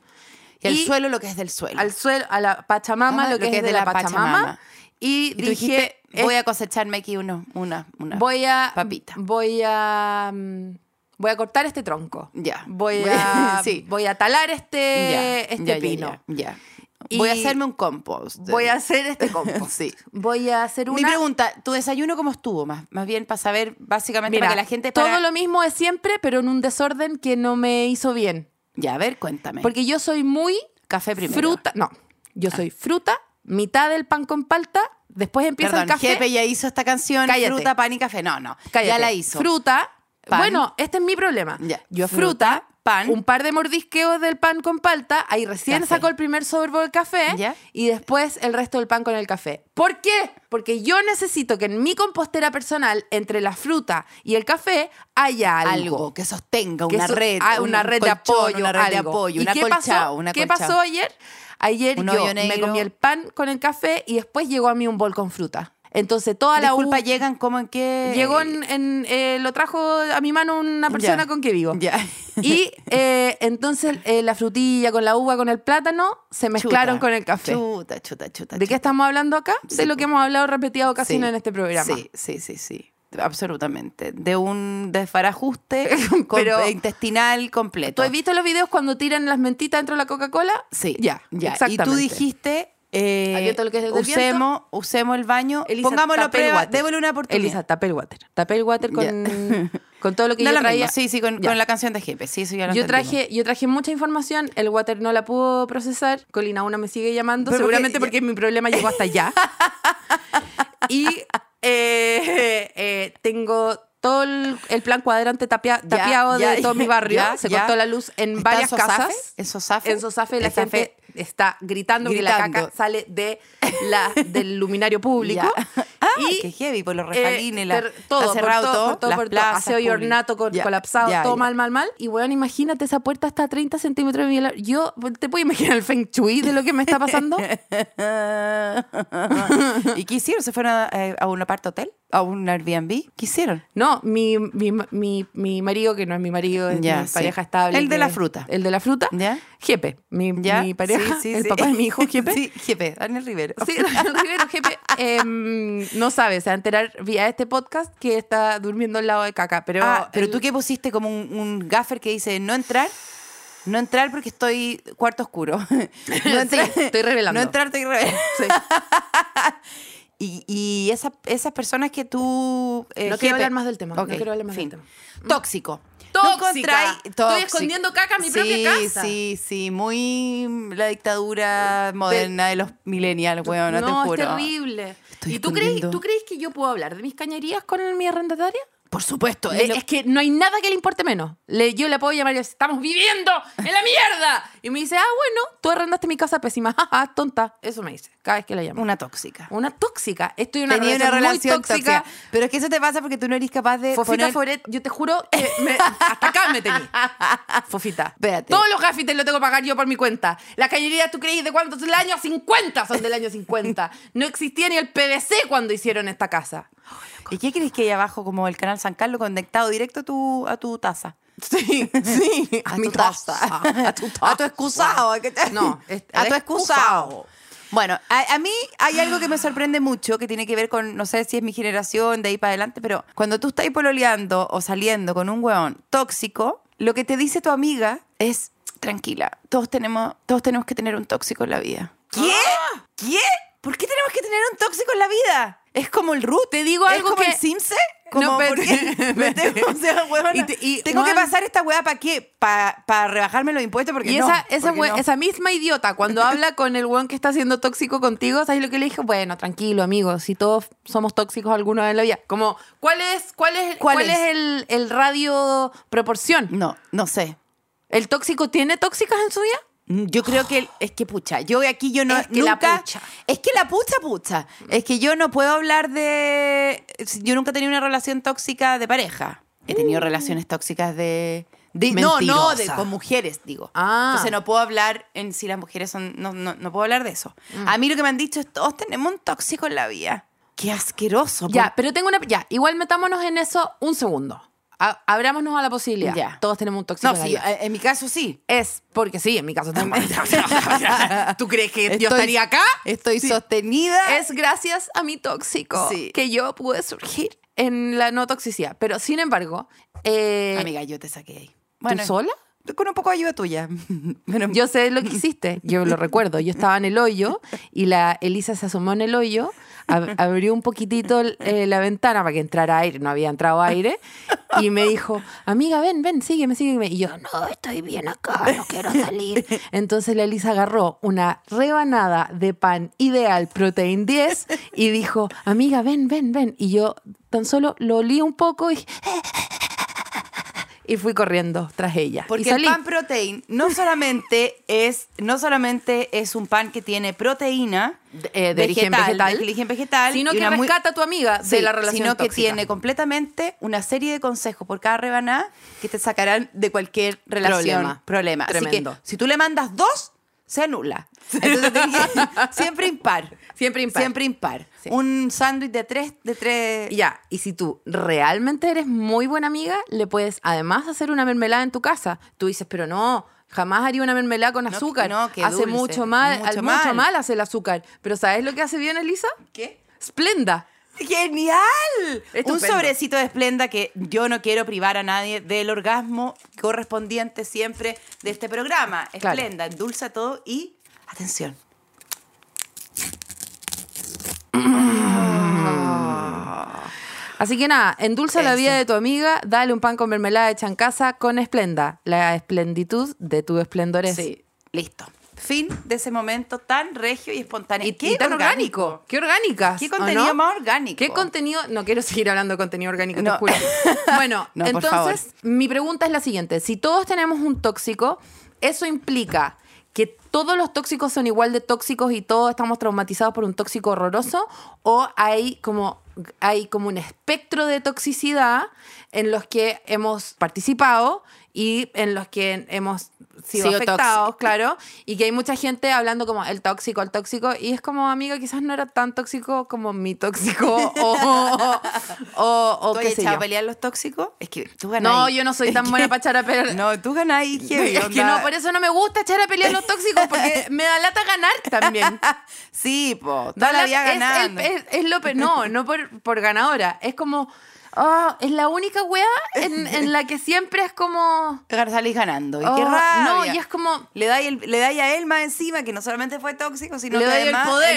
C: Y al
D: Y-
C: suelo lo que es del suelo.
D: al suelo a la pachamama
C: Ah,
D: lo que, es, de la, pachamama, y,
C: y tú
D: dije
C: dijiste,
D: es-
C: voy a cosecharme aquí uno, una, una.
D: voy a
C: papita.
D: voy a mm, voy a cortar este tronco.
C: Ya.
D: Voy a,
C: Sí.
D: voy a talar este,
C: Ya,
D: este
C: ya, ya,
D: pino.
C: Ya.
D: Y-
C: ya. Voy a hacerme un compost.
D: Voy a hacer este compost.
C: Sí.
D: Voy a hacer una...
C: Mi pregunta, ¿tu desayuno cómo estuvo? Más, más bien para saber, básicamente,
D: Mira,
C: para que la gente...
D: todo
C: para-
D: lo mismo de siempre, pero en un desorden que no me hizo bien.
C: Ya, a ver, cuéntame.
D: Porque yo soy muy
C: Café primero. Ah.
D: fruta. No, yo soy fruta, mitad del pan con palta, después empieza
C: Perdón,
D: el café.
C: Jepe ya hizo esta canción,
D: Cállate.
C: fruta, pan y café. No, no,
D: Cállate.
C: ya la hizo.
D: Fruta.
C: Pan.
D: Bueno, este es mi problema.
C: Ya.
D: Yo fruta,
C: Fruta, pan.
D: un par de mordisqueos del pan con palta, ahí recién
C: Café.
D: saco el primer sorbo del café
C: Ya.
D: y después el resto del pan con el café. ¿Por qué? Porque yo necesito que en mi compostera personal, entre la fruta y el café, haya
C: algo,
D: algo.
C: que sostenga,
D: que
C: una
D: eso-
C: red.
D: ah,
C: un-
D: una
C: un
D: red de
C: colchón,
D: apoyo,
C: Una red de
D: algo.
C: apoyo,
D: ¿Y
C: una
D: qué
C: colchada,
D: pasó?
C: una
D: ¿Qué
C: colchada.
D: pasó ayer? Ayer
C: Un
D: yo
C: hoyo
D: me
C: negro.
D: comí el pan con el café y después llegó a mí un bol con fruta. Entonces toda la
C: Disculpa,
D: uva-
C: llegan como en qué...
D: Llegó en, en, eh, lo trajo a mi mano una persona
C: Ya.
D: con que vivo.
C: Ya.
D: Y eh, entonces eh, la frutilla con la uva, con el plátano, se mezclaron
C: Chuta,
D: con el café.
C: Chuta, chuta, chuta.
D: ¿De qué
C: chuta.
D: estamos hablando acá?
C: Sí,
D: De lo que
C: po.
D: hemos hablado repetidas ocasiones
C: Sí,
D: en este programa.
C: Sí, sí, sí, sí. Absolutamente. De un desfarajuste com-
D: Pero-
C: intestinal completo.
D: ¿Tú has visto los videos cuando tiran las mentitas dentro de la Coca-Cola?
C: Sí,
D: Ya,
C: ya. Y
D: exactamente.
C: tú dijiste, eh,
D: Adiós todo lo que es desde el
C: usemos, usemos el baño,
D: Elisa,
C: pongámoslo a prueba,
D: Tupperware.
C: démosle una oportunidad.
D: Elisa, Tupperware. Tupperware con, con todo lo que
C: No
D: yo
C: lo
D: traía.
C: mismo, sí, sí, con,
D: Ya.
C: con la canción de Jepe, sí, eso ya lo
D: Yo
C: entendimos.
D: traje, yo traje mucha información, el water no la pudo procesar, Colina una me sigue llamando,
C: Pero porque-
D: seguramente porque, mi problema llegó hasta allá. y eh, eh, tengo todo el, el plan cuadrante tapia-
C: Ya,
D: tapiado
C: ya,
D: de todo mi barrio,
C: ya,
D: se
C: ya.
D: cortó la luz en
C: ¿Está
D: varias
C: en Sosafe?
D: casas.
C: ¿En Sosafe?
D: En Sosafe la
C: En Sosafe.
D: gente está gritando, que la
C: Gritando.
D: caca sale de la, del luminario público.
C: Ya. Ah,
D: y
C: qué heavy, por los
D: eh,
C: refalines, la,
D: ter- todo,
C: está
D: por
C: cerrado
D: todo, por todo,
C: las
D: por todo.
C: plazas
D: Aseo y
C: públicas.
D: ornato col-
C: Ya,
D: colapsado,
C: ya,
D: todo
C: ya.
D: mal, mal, mal. Y bueno, imagínate, esa puerta está a 30 centímetros de mi lado. Yo, pues, ¿te puedo imaginar el feng shui de lo que me está pasando?
C: ¿Y qué hicieron? ¿Se fueron a, eh, a un apart hotel? ¿A un Airbnb? ¿Qué hicieron?
D: No, mi, mi, mi, mi marido, que no es mi marido, es
C: Ya,
D: mi
C: sí.
D: pareja estable.
C: El de
D: que-
C: la fruta.
D: El de la fruta.
C: Ya.
D: Jepe, mi,
C: ¿Ya?
D: mi pareja,
C: Sí, sí,
D: el
C: sí.
D: papá de mi hijo, Jepe.
C: Sí, Jepe, Daniel Rivero.
D: Sí, Daniel Rivero, jefe, em, no sabe, se va a enterar vía este podcast que está durmiendo al lado de caca. Pero,
C: Ah, pero
D: el-
C: tú qué pusiste como un, un gaffer que dice no entrar, no entrar porque estoy cuarto oscuro. No entrar-
D: Sí, estoy revelando.
C: No entrar, estoy revelando. Y, y esa- esas personas que tú... eh,
D: No quiero
C: jefe-
D: hablar más del tema, no
C: Ok,
D: quiero hablar más
C: fin.
D: del tema. Mm.
C: Tóxico.
D: Tóxica.
C: No encontráis-
D: Estoy
C: tóxico.
D: escondiendo caca en mi
C: Sí,
D: propia casa. Eh,
C: Sí, sí, muy la dictadura moderna de, los millennials, weón, no, te juro.
D: es terrible.
C: Estoy
D: ¿Y tú crees,
C: escondiendo.
D: tú crees que yo puedo hablar de mis cañerías con el- mi arrendataria?
C: Por supuesto.
D: Le-
C: es lo-
D: es que no hay nada que le importe menos. Le- yo la puedo llamar y decir, estamos viviendo en la mierda. Y me dice, ah, bueno, tú arrendaste mi casa pésima. Jaja, tonta. Eso me dice cada vez que la llamo. Una,
C: Una tóxica.
D: tóxica. Estoy en una
C: Tenía
D: relación,
C: una relación
D: muy tóxica.
C: tóxica. Pero es que eso te pasa porque tú no eres capaz de
D: Fofita
C: Eh, poner...
D: Foret, yo te juro que me- hasta acá me tení. Fofita.
C: Espérate.
D: Todos los gafites los tengo que pagar yo por mi cuenta. Las cañerías, ¿tú crees de cuántos? Del año 50 son del año 50. No existía ni el PVC cuando hicieron esta casa.
C: ¿Y qué crees que hay abajo, como el canal San Carlos, conectado directo a tu, a tu taza?
D: Sí, sí.
C: A tu taza.
D: A tu taza.
C: A tu excusado.
D: No, es-
C: a
D: el
C: tu excusado. Bueno, a, a mí hay algo que me sorprende mucho que tiene que ver con, no sé si es mi generación de ahí para adelante, pero cuando tú estás pololeando o saliendo con un hueón tóxico, lo que te dice tu amiga es tranquila, todos tenemos, todos tenemos que tener un tóxico en la vida. ¿Qué? ¿Qué? ¿Por qué tenemos que tener un tóxico en la vida? Es como el root,
D: Te digo algo
C: ¿Es como
D: que-
C: el Simse?
D: No,
C: Como, no,
D: pero-
C: o sea, huevona,
D: Y te- y,
C: tengo que
D: Juan-
C: pasar esta hueá para qué? Para rebajarme los impuestos porque
D: Y
C: no,
D: esa, esa,
C: porque
D: we-
C: no.
D: esa misma idiota, cuando habla con el weón que está siendo tóxico contigo, ¿sabes lo que le dije? Bueno, tranquilo, amigo, si todos somos tóxicos alguna vez en la vida. Como, ¿cuál es, cuál es, cuál
C: ¿Cuál
D: es?
C: es?
D: el, el radio proporción?
C: No, no sé.
D: ¿El tóxico tiene tóxicas en su vida?
C: Mm, Yo creo que el- es que pucha, yo aquí yo no
D: Es que la
C: nunca
D: pucha.
C: es que la pucha pucha, es que yo no puedo hablar de yo nunca he tenido una relación tóxica de pareja. He tenido relaciones tóxicas de, de- no, no, de,
D: Mm. Mentirosa.
C: con mujeres, digo.
D: Ah.
C: Entonces no puedo hablar en si las mujeres son no, no, no puedo hablar de eso.
D: Mm.
C: A mí lo que me han dicho es todos tenemos un tóxico en la vida. Qué asqueroso.
D: Ya,
C: ¿por
D: pero tengo una. Ya, igual metámonos en eso un segundo. a- abrámonos a la posibilidad.
C: Ya.
D: Todos tenemos un tóxico.
C: pues. No, sí, eh.
D: galán.
C: en mi caso sí.
D: Es porque sí, en mi caso también. ¿Tú crees que yo
C: Estoy-
D: estaría acá?
C: Estoy sostenida.
D: Es gracias a mi tóxico
C: Sí.
D: que yo pude surgir en la no toxicidad. Pero sin embargo, eh,
C: Amiga, yo te saqué ahí.
D: ¿tú sola?
C: Con un poco de ayuda tuya. Menos-
D: Yo sé lo que hiciste, yo lo recuerdo. Yo estaba en el hoyo y la Elisa se asomó en el hoyo, ab- abrió un poquitito eh, la ventana para que entrara aire, no había entrado aire, y me dijo, amiga, ven, ven, sígueme, sígueme. Y yo, no, estoy bien acá, no quiero salir. Entonces la Elisa agarró una rebanada de pan ideal protein 10 y dijo, amiga, ven, ven, ven. Y yo tan solo lo olí un poco y... dije, Y fui corriendo tras ella. y
C: Porque el
D: salí.
C: pan protein no solamente es no solamente es un pan que tiene proteína
D: de, eh, de origen vegetal,
C: de origen vegetal
D: sino
C: y
D: que
C: una muy-
D: rescata a tu amiga
C: Sí,
D: de la relación
C: sino que
D: tóxica.
C: tiene completamente una serie de consejos por cada rebanada que te sacarán de cualquier relación
D: Problema.
C: problema,
D: Tremendo.
C: así que si tú le mandas dos se anula entonces tienes que- siempre impar
D: Siempre impar.
C: siempre impar
D: Sí.
C: un sándwich de tres de tres
D: Ya, y si tú realmente eres muy buena amiga, le puedes además hacer una mermelada en tu casa. Tú dices, pero no, jamás haría una mermelada con
C: No,
D: azúcar.
C: no, qué
D: hace
C: dulce,
D: mucho mal,
C: mucho
D: al- mucho
C: mal.
D: mal. hace el azúcar. Pero ¿sabes lo que hace bien, Elisa?
C: ¿Qué?
D: Esplenda.
C: ¡Genial! Un
D: Estupendo.
C: sobrecito de esplenda que yo no quiero privar a nadie del orgasmo correspondiente siempre de este programa.
D: Claro.
C: Esplenda, endulza todo y atención.
D: Así que nada, endulza la
C: Eso.
D: vida de tu amiga, dale un pan con mermelada hecha en casa con esplenda. La esplenditud de tu esplendor es.
C: Sí, listo. Fin de ese momento tan regio y espontáneo.
D: Y, y tan orgánico. Qué orgánicas.
C: Qué
D: ¿o no?
C: contenido más orgánico.
D: Qué contenido. No quiero seguir hablando de contenido orgánico,
C: No.
D: te juro. Bueno,
C: No, por favor.
D: entonces, mi pregunta es la siguiente: si todos tenemos un tóxico, eso implica que todos los tóxicos son igual de tóxicos y todos estamos traumatizados por un tóxico horroroso, o hay como hay como un espectro de toxicidad en los que hemos participado y en los que hemos sido,
C: Sido
D: afectados,
C: tóxico.
D: claro, y que hay mucha gente hablando como el tóxico, el tóxico, y es como, amiga, quizás no era tan tóxico como mi tóxico, o, o, o
C: ¿Tú has
D: qué sé
C: echado
D: yo.
C: a pelear los tóxicos? Es que tú ganas
D: No,
C: ahí.
D: yo no soy tan buena para echar a pelear.
C: No, tú ganas ahí, heavy,
D: es que
C: onda.
D: no, por eso no me gusta echar a pelear los tóxicos, porque me da lata ganar también.
C: Sí, po.
D: Da
C: Toda la
D: lata-
C: vida
D: es el-
C: ganando.
D: Es, es lo pe- no, no por, por ganadora, es como, ah, es la única wea en, en la que siempre es como...
C: Gan- Salís ganando. Y qué
D: ah, no,
C: rabia.
D: y es como,
C: Le dais el- le dais a él más encima que no solamente fue tóxico, sino
D: le
C: que
D: doy
C: además
D: el poder.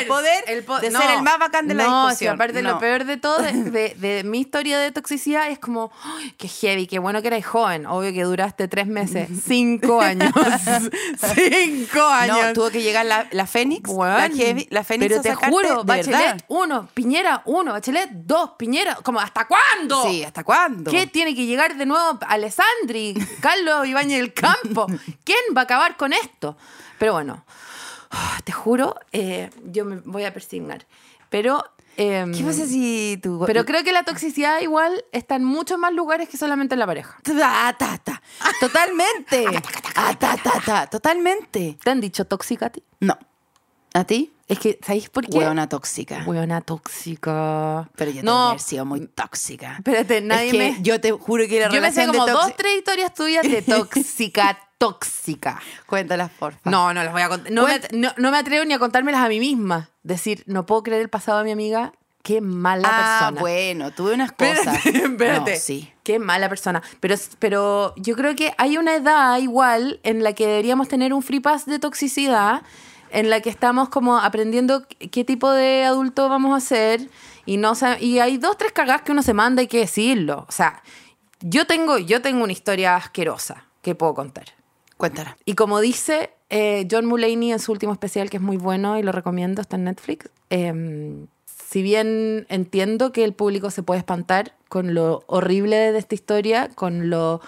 C: el
D: po-
C: poder de
D: no,
C: ser el más bacán de la
D: no,
C: discusión.
D: sí, aparte
C: No.
D: lo peor de todo de, de- de mi historia de toxicidad es como, "Ay, qué heavy, qué bueno que eres joven. Obvio que duraste tres meses, cinco años. cinco años.
C: No, tuvo que llegar la, la Fénix, la,
D: Weón,
C: Heavy- la Fénix
D: pero
C: a
D: te
C: sacarte,
D: juro,
C: de
D: Bachelet
C: verdad.
D: 1, Piñera 1, Bachelet 2, Piñera, como ¿hasta cuándo?
C: Sí, ¿hasta cuándo?
D: ¿Qué tiene que llegar de nuevo Alessandri, Carlos Ibáñez del Campo? ¿Quién va a acabar con esto? Pero bueno, ah, te juro, eh, yo me voy a persignar. Pero. em,
C: ¿Qué pasa si tu...
D: Pero creo que la toxicidad igual está en muchos más lugares que solamente en la pareja.
C: Ah, ta, ta. Totalmente. Ah, ta, ta, ta. Totalmente.
D: ¿Te han dicho tóxica a ti?
C: No. ¿A ti?
D: Es que, ¿sabéis por qué?
C: Hueona tóxica.
D: Hueona tóxica.
C: Pero yo tengo que
D: no,
C: haber sido muy tóxica.
D: Espérate,
C: Es
D: nadie
C: que
D: me-
C: Yo te juro que la
D: Yo me sé
C: relación de
D: como
C: tóxica...
D: dos, tres historias tuyas de tóxica, tóxica.
C: Cuéntalas, porfa.
D: No, no las voy a contar. No, me,
C: Cuenta-
D: no- no me atrevo ni a contármelas a mí misma. Decir, no puedo creer el pasado de mi amiga. Qué mala
C: ah,
D: persona.
C: bueno, tuve unas cosas.
D: Espérate, espérate.
C: No, sí.
D: Qué mala persona. Pero, pero yo creo que hay una edad igual en la que deberíamos tener un free pass de toxicidad, en la que estamos como aprendiendo qué- qué tipo de adulto vamos a ser. Y, no, sa- y hay dos, tres cagadas que uno se manda y hay que decirlo. O sea, yo tengo, yo tengo una historia asquerosa que puedo contar.
C: Cuéntala.
D: Y como dice eh, John Mulaney en su último especial, que es muy bueno y lo recomiendo, está en Netflix, eh, si bien entiendo que el público se puede espantar con lo horrible de esta historia, con lo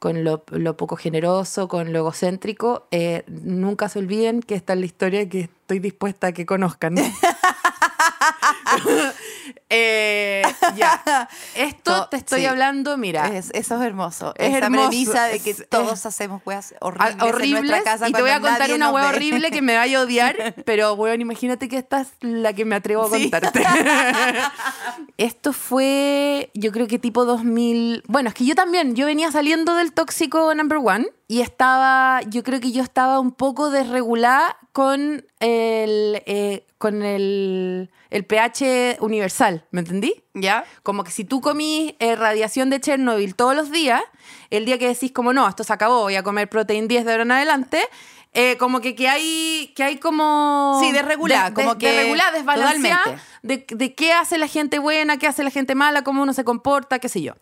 D: con lo, lo poco generoso, con lo egocéntrico, eh, nunca se olviden que esta es la historia que estoy dispuesta a que conozcan. Eh, ya. Eh. Esto
C: To-
D: te estoy
C: sí.
D: hablando, mira.
C: Es- eso es hermoso.
D: Es
C: Esa
D: hermoso,
C: premisa de que
D: es-
C: todos hacemos weas
D: a-
C: horribles, en
D: horribles
C: nuestra casa
D: y te voy a
C: cuando
D: contar
C: nadie
D: una
C: nos
D: hueá
C: ve.
D: horrible que me vaya a odiar, pero weón, imagínate que esta es la que me atrevo a
C: Sí.
D: contarte. Esto fue, yo creo que tipo 2000. Bueno, es que yo también, yo venía saliendo del tóxico number one y estaba, yo creo que yo estaba un poco desregulada con el, eh, con el, el pH universal, ¿me entendí?
C: ¿Ya?
D: Como que si tú comís eh, radiación de Chernobyl todos los días, el día que decís como no, esto se acabó, voy a comer protein 10 de ahora en adelante, eh, como que, que hay que hay como...
C: Sí, desregulada, como que-
D: Desregulada, desbalanceada
C: totalmente.
D: de, de qué hace la gente buena, qué hace la gente mala, cómo uno se comporta, qué sé yo.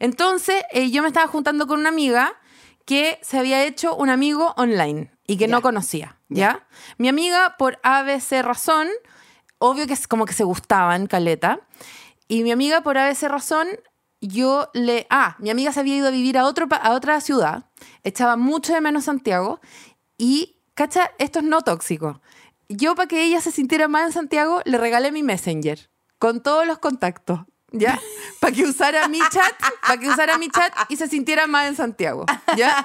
D: Entonces, eh, yo me estaba juntando con una amiga que se había hecho un amigo online y que no conocía, ¿ya? Mi amiga, por ABC razón, obvio que es como que se gustaban, Caleta. Y mi amiga, por ABC razón, yo le... Ah, mi amiga se había ido a vivir a, otro, pa- a otra ciudad, echaba mucho de menos Santiago y, cacha, esto es no tóxico. Yo, para que ella se sintiera más en Santiago, le regalé mi Messenger con todos los contactos. ¿Ya? Para que usara mi chat, para que usara mi chat y se sintiera más en Santiago. ¿Ya?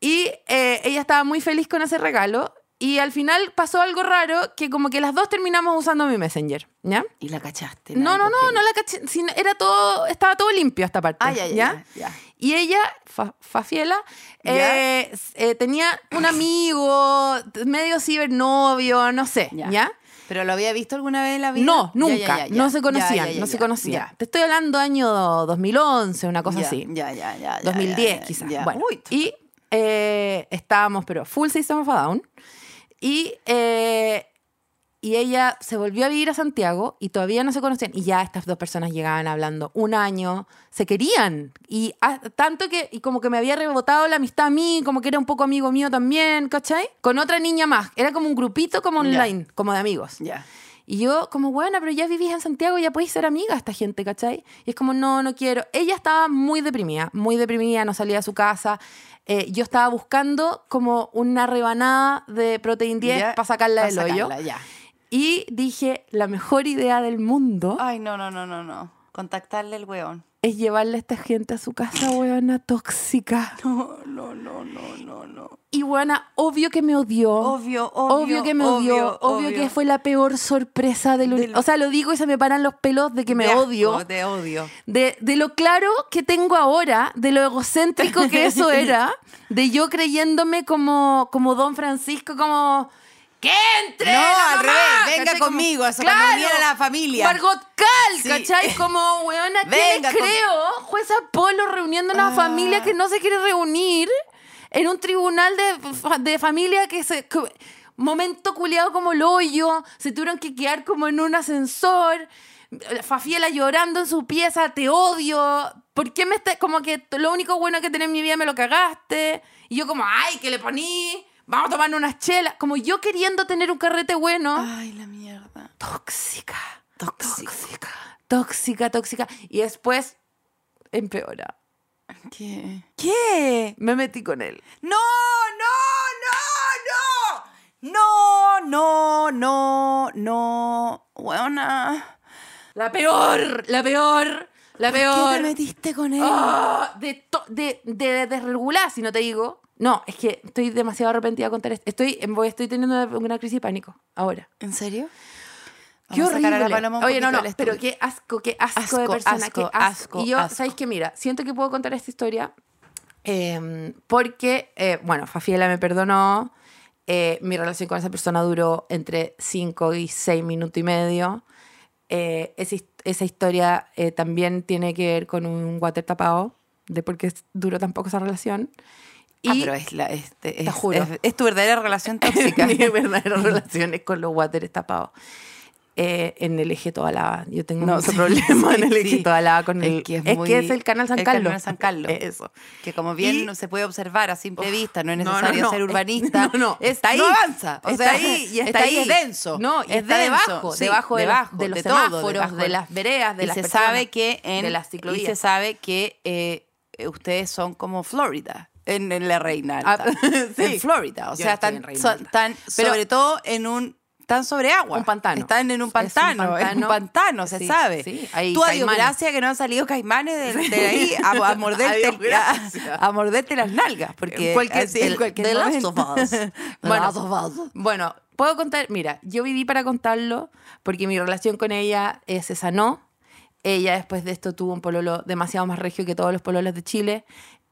D: Y eh, ella estaba muy feliz con ese regalo. Y al final pasó algo raro que como que las dos terminamos usando mi Messenger, ¿ya?
C: Y la cachaste. nadie
D: No, no,
C: te
D: no,
C: cree.
D: no la caché. sino Era todo, estaba todo limpio esta parte.
C: Ah, ya, ya, ya, ya.
D: Y ella, fa- Fafiela,
C: ¿Ya?
D: eh, s- eh, tenía un amigo, medio cibernovio, no sé,
C: Ya.
D: ¿ya?
C: ¿Pero lo había visto alguna vez en la vida? Ya,
D: No, nunca.
C: ya, ya, ya.
D: no se
C: Ya,
D: conocían,
C: ya, ya,
D: no se
C: ya,
D: conocían.
C: ya.
D: Te estoy hablando año 2011, una cosa
C: Ya,
D: así.
C: Ya, ya, ya, ya,
D: 2010
C: ya, ya,
D: quizás.
C: ya.
D: Bueno,
C: Uy,
D: y eh, estábamos, pero full System of a Down. Y, eh, y ella se volvió a vivir a Santiago y todavía no se conocían. Y ya estas dos personas llegaban hablando un año, se querían. Y a- tanto que, y como que me había rebotado la amistad a mí, como que era un poco amigo mío también, ¿cachai? Con otra niña más. Era como un grupito como
C: Ya.
D: online, como de amigos.
C: ya.
D: Y yo, como, bueno, pero ya vivís en Santiago, ya podéis ser amiga de esta gente, ¿cachai? Y es como, no, no quiero. Ella estaba muy deprimida, muy deprimida, no salía de su casa. Eh, yo estaba buscando como una rebanada de Protein 10
C: Ya,
D: para sacarla
C: pa'
D: del
C: sacarla,
D: hoyo.
C: ya.
D: Y dije, la mejor idea del mundo
C: Ay, no, no, no, no, no. Contactarle el weón.
D: es llevarle a esta gente a su casa, huevona tóxica.
C: No, no, no, no, no, no.
D: Y buena, obvio que me odió.
C: Obvio, obvio.
D: Oh. Obvio que me odió, obvio, que fue la peor sorpresa del, uni-
C: Del-
D: O sea, lo digo y se me paran los pelos de que me
C: De asco,
D: odio.
C: Te odio.
D: de, de lo claro que tengo ahora, de lo egocéntrico que eso era, de yo creyéndome como, como Don Francisco, como... ¡Que entre!
C: No,
D: la
C: al
D: mamá!
C: revés, venga
D: ¿Cachai? Como,
C: conmigo, eso, cuando uniera la familia.
D: Margot Cal,
C: Sí.
D: ¿cachai? Como, weona, ¿qué
C: Venga
D: le
C: con-
D: creo? Juez Apolo reuniendo a una
C: Ah.
D: familia que no se quiere reunir en un tribunal de, fa- de familia que se... que- momento culiado como el hoyo, se tuvieron que quedar como en un ascensor, Fafiela llorando en su pieza, te odio, ¿por qué me estás...? Como que lo único bueno que tenés en mi vida me lo cagaste. Y yo como, ay, que le poní, vamos a tomar unas chelas. Como yo queriendo tener un carrete bueno
C: Ay, la mierda.
D: tóxica, tóxica, tóxica, tóxica. Y después empeora.
C: ¿Qué? ¿Qué?
D: Me metí con él.
C: No, no, no, no. No, no, no, no. Weona.
D: La peor, la peor, la
C: ¿Por qué
D: peor.
C: te metiste con él?
D: Ah, de, to- de, de, de desregular, si no te digo. No, es que estoy demasiado arrepentida de contar esto. Estoy, voy- estoy teniendo una, una crisis de pánico ahora.
C: ¿En serio?
D: Qué
C: Vamos a
D: horrible.
C: sacar a la Paloma un
D: Oye, no,
C: poquito
D: no,
C: del estudio.
D: pero qué asco, qué asco, de
C: Asco,
D: persona,
C: asco,
D: qué asco.
C: asco,
D: Y yo,
C: asco.
D: ¿sabéis qué? Mira, siento que puedo contar esta historia eh, porque, eh, bueno, Fafiela me perdonó, eh, mi relación con esa persona duró entre 5 y 6 minutos y medio. Eh, esa, his- esa historia eh, también tiene que ver con un water tapado, de por qué duró tan poco esa relación.
C: Ah, pero es, la, este, es,
D: juro.
C: es- es tu verdadera relación tóxica.
D: Mis verdaderas relaciones con los water tapados. Eh, en el eje toda la Yo tengo
C: No,
D: mucho
C: sí,
D: problema en
C: sí,
D: el eje
C: sí.
D: toda la con
C: Es
D: el.
C: que es muy-
D: el canal San
C: el
D: Carlos.
C: canal San Carlos.
D: Eso.
C: que como bien
D: Y-
C: no se puede observar a simple
D: Uf,
C: vista, no es
D: no, no,
C: necesario
D: no,
C: ser
D: es-
C: urbanista.
D: no, no, está ahí.
C: No avanza. O
D: Está
C: sea,
D: ahí, y está ahí.
C: es denso.
D: No, y
C: es
D: está debajo, debajo de los- de los
C: todo,
D: semáforos, de las veredas, de
C: y
D: las
C: se
D: personas,
C: sabe que en,
D: de las ciclovías.
C: Y se sabe que eh, eh, ustedes son como Florida. En, en la Reina Alta.
D: Ah, sí.
C: En Florida. O
D: Yo
C: sea,
D: estoy
C: están,
D: en Reina
C: son-
D: Alta.
C: están
D: Pero-
C: sobre todo en un están sobre agua.
D: Un pantano.
C: Están en un
D: Es un
C: pantano, en un pantano,
D: pantano.
C: se
D: Sí,
C: sabe.
D: sí, hay
C: Tú a Dios
D: caimanes.
C: gracias que no han salido caimanes de, de ahí a, a morderte,
D: A Dios gracias.
C: a, a morderte las nalgas. Porque
D: En cualquier,
C: así,
D: del-
C: en cualquier
D: The Last
C: momento.
D: of Us. The Last of Us. Bueno, puedo contar. Mira, yo viví para contarlo porque mi relación con ella eh, se sanó. Ella después de esto tuvo un pololo demasiado más regio que todos los pololos de Chile.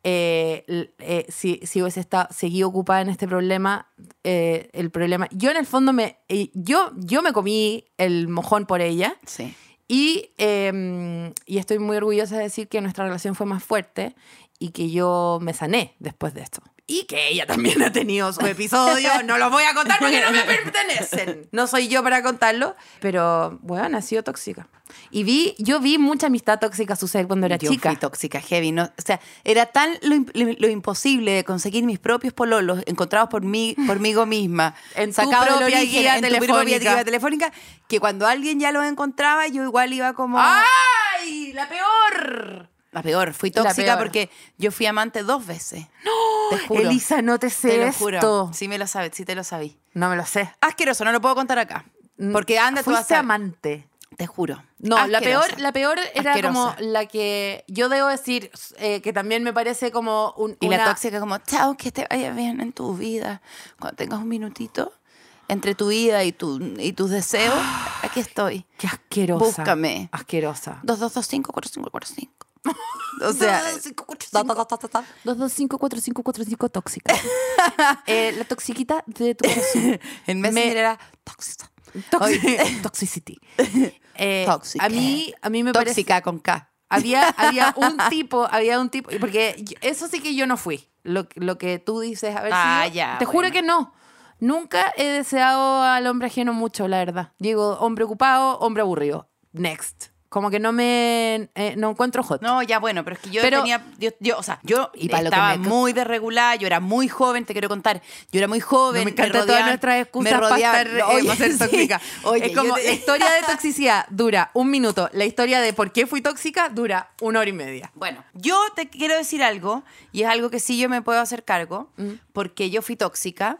D: Eh, l- eh, si, si hubiese estado, seguí ocupada en este problema, eh, el problema. Yo en el fondo me. eh, yo, yo me comí el mojón por ella.
C: Sí.
D: Y, eh, y estoy muy orgullosa de decir que nuestra relación fue más fuerte y que yo me sané después de esto. Y que ella también ha tenido su episodio. No los voy a contar porque no me pertenecen. No soy yo para contarlo. Pero, bueno, ha sido tóxica. Y vi, yo vi mucha amistad tóxica suceder cuando era
C: Yo
D: chica.
C: fui tóxica, heavy. ¿no? O sea, era tan lo, im- lo- lo imposible de conseguir mis propios pololos encontrados por mí, por mí misma,
D: En tu
C: sacados del
D: propia
C: origen,
D: guía
C: en tu propia
D: telefónica.
C: guía telefónica, que cuando alguien ya los encontraba, yo igual iba como...
D: Ah, ¡Ay! ¡La peor!
C: La peor, fui
D: La
C: tóxica
D: peor.
C: porque yo fui amante dos veces. ¡No! Te juro.
D: Elisa, no te sé
C: te lo
D: esto.
C: juro. Sí me lo sabes, sí te lo sabí.
D: No me lo sé. Mm,
C: Asqueroso, no lo puedo contar acá. Porque anda tú a
D: Fuiste
C: saber.
D: amante.
C: Te juro.
D: No, la
C: Asquerosa.
D: peor, la peor era
C: Asquerosa.
D: como la que yo debo decir eh, que también me parece como un
C: Y la
D: una-
C: tóxica como, chao, que te vaya bien en tu vida. Cuando tengas un minutito entre tu vida y, tu, y tus deseos, aquí estoy.
D: Qué asquerosa.
C: Búscame.
D: Asquerosa.
C: 2225-4545. O sea,
D: Dos dos cinco cuatro cinco cuatro cinco tóxica. Eh, la toxiquita de tu corazón.
C: en
D: Me-
C: Messenger era tóxica.
D: Toxi-
C: Oye.
D: Toxicity. Eh,
C: Tóxica.
D: A mí, a mí me parece
C: Tóxica con K.
D: Había, había un tipo, había un tipo, porque yo- eso sí que yo no fui. Lo, lo que tú dices, a ver
C: Ah,
D: si.
C: ya,
D: te juro
C: bueno.
D: que no. Nunca he deseado al hombre ajeno mucho, la verdad. Digo, hombre ocupado, hombre aburrido. Next. Como que no me. eh, no encuentro hot.
C: No, ya bueno, pero es que yo
D: Pero-
C: tenía, yo, yo, o sea, yo
D: Y para lo que
C: estaba
D: me-
C: muy desregulada, yo era muy joven, te quiero contar, yo era muy joven.
D: me encanta
C: rodeaban-
D: todas nuestras excusas
C: me rodeaban-
D: para estar eh,
C: Oye,
D: para ser
C: sí.
D: tóxica.
C: Oye,
D: es como
C: yo te-
D: la historia de toxicidad dura un minuto. La historia de por qué fui tóxica dura una hora y media.
C: Bueno, yo te quiero decir algo, y es algo que sí yo me puedo hacer cargo,
D: Mm.
C: porque yo fui tóxica.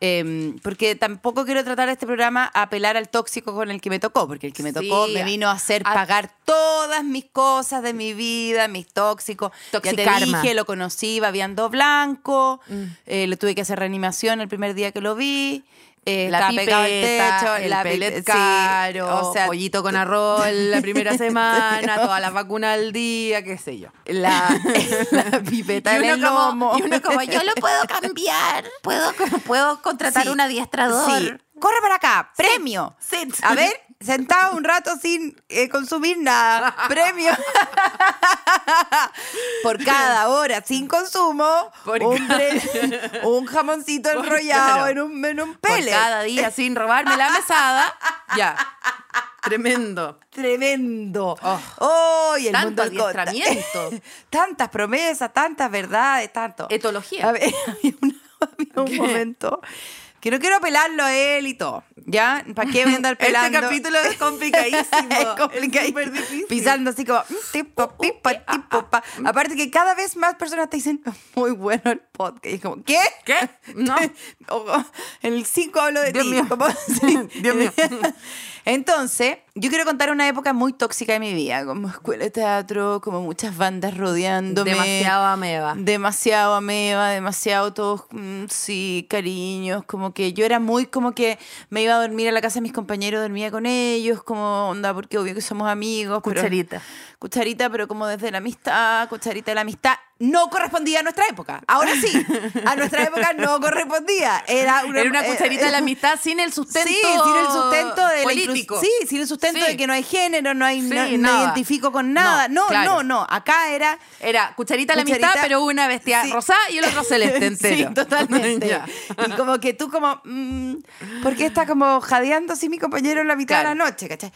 C: eh, porque tampoco quiero tratar este programa a apelar al tóxico con el que me tocó, porque el que me tocó
D: Sí.
C: me vino a hacer
D: A-
C: pagar todas mis cosas de mi vida, mis tóxicos. Ya te
D: Toxicarma. Mm.
C: dije, lo conocí babeando blanco, eh, le tuve que hacer reanimación el primer día que lo vi. eh,
D: la
C: estaba pegado
D: pipeta,
C: al techo,
D: el
C: la
D: pellet
C: pipe- sí,
D: caro,
C: o sea,
D: pollito con arroz la primera
C: Este
D: semana, todas las vacunas al día, qué sé yo.
C: la, la pipeta en el lomo.
D: y uno como, yo lo puedo cambiar, puedo, puedo contratar
C: Sí,
D: un adiestrador.
C: sí. Corre para acá, premio.
D: Sit.
C: A ver, sentado un rato sin eh, consumir nada. Premio. Por cada hora sin consumo,
D: Por
C: un, pre- un jamoncito enrollado
D: claro.
C: en un, en un
D: Por
C: pellet.
D: cada día sin robarme la mesada, ya. Tremendo.
C: Tremendo.
D: Oh.
C: Oh, y el
D: Tanto
C: mundo al contra.
D: adiestramiento.
C: tantas promesas, tantas verdades, tanto.
D: Etología.
C: A ver, había un, había un
D: ¿Qué?
C: momento que no quiero pelarlo a él y todo. ¿Ya? ¿Para qué voy a andar
D: Este
C: pelando?
D: capítulo es complicadísimo,
C: es
D: es Uh,
C: complicadísimo.
D: súper difícil.
C: Pisando así como, mm, tipo, pipa,
D: ah,
C: tipo, pa.
D: mm.
C: Aparte que cada vez más personas te dicen, muy bueno el podcast. Y es como, ¿qué?
D: ¿Qué? No.
C: O- en el 5 hablo de
D: Dios
C: ti.
D: mío.
C: como- sí.
D: Dios mío.
C: Entonces, yo quiero contar una época muy tóxica de mi vida, como escuela de teatro, como muchas bandas rodeándome.
D: Demasiado ameba.
C: Demasiado ameba, demasiado todos, mm, sí, cariños, como que yo era muy como que me iba a dormir a la casa de mis compañeros, dormía con ellos, como onda, porque obvio que somos amigos. pero-
D: Cucharita.
C: cucharita, pero como desde la amistad, cucharita de la amistad, no correspondía a nuestra época. Ahora sí, a nuestra época no correspondía. Era una,
D: Era una
C: eh,
D: cucharita de la
C: eh,
D: amistad sin el sustento
C: Sí, sin el sustento de la inclus-
D: político.
C: sí, sin el sustento
D: Sí.
C: de que no hay género, no hay
D: Sí,
C: no, me
D: nada.
C: identifico con nada. No,
D: No, claro.
C: no, no. Acá era
D: Era cucharita a la
C: Cucharita-
D: amistad, pero una bestia
C: Sí.
D: rosada y el otro celeste entero.
C: Sí, totalmente.
D: Ya.
C: y como que tú como, mm, ¿por qué está como jadeando así mi compañero en la mitad de
D: Claro.
C: la noche? ¿Cachai?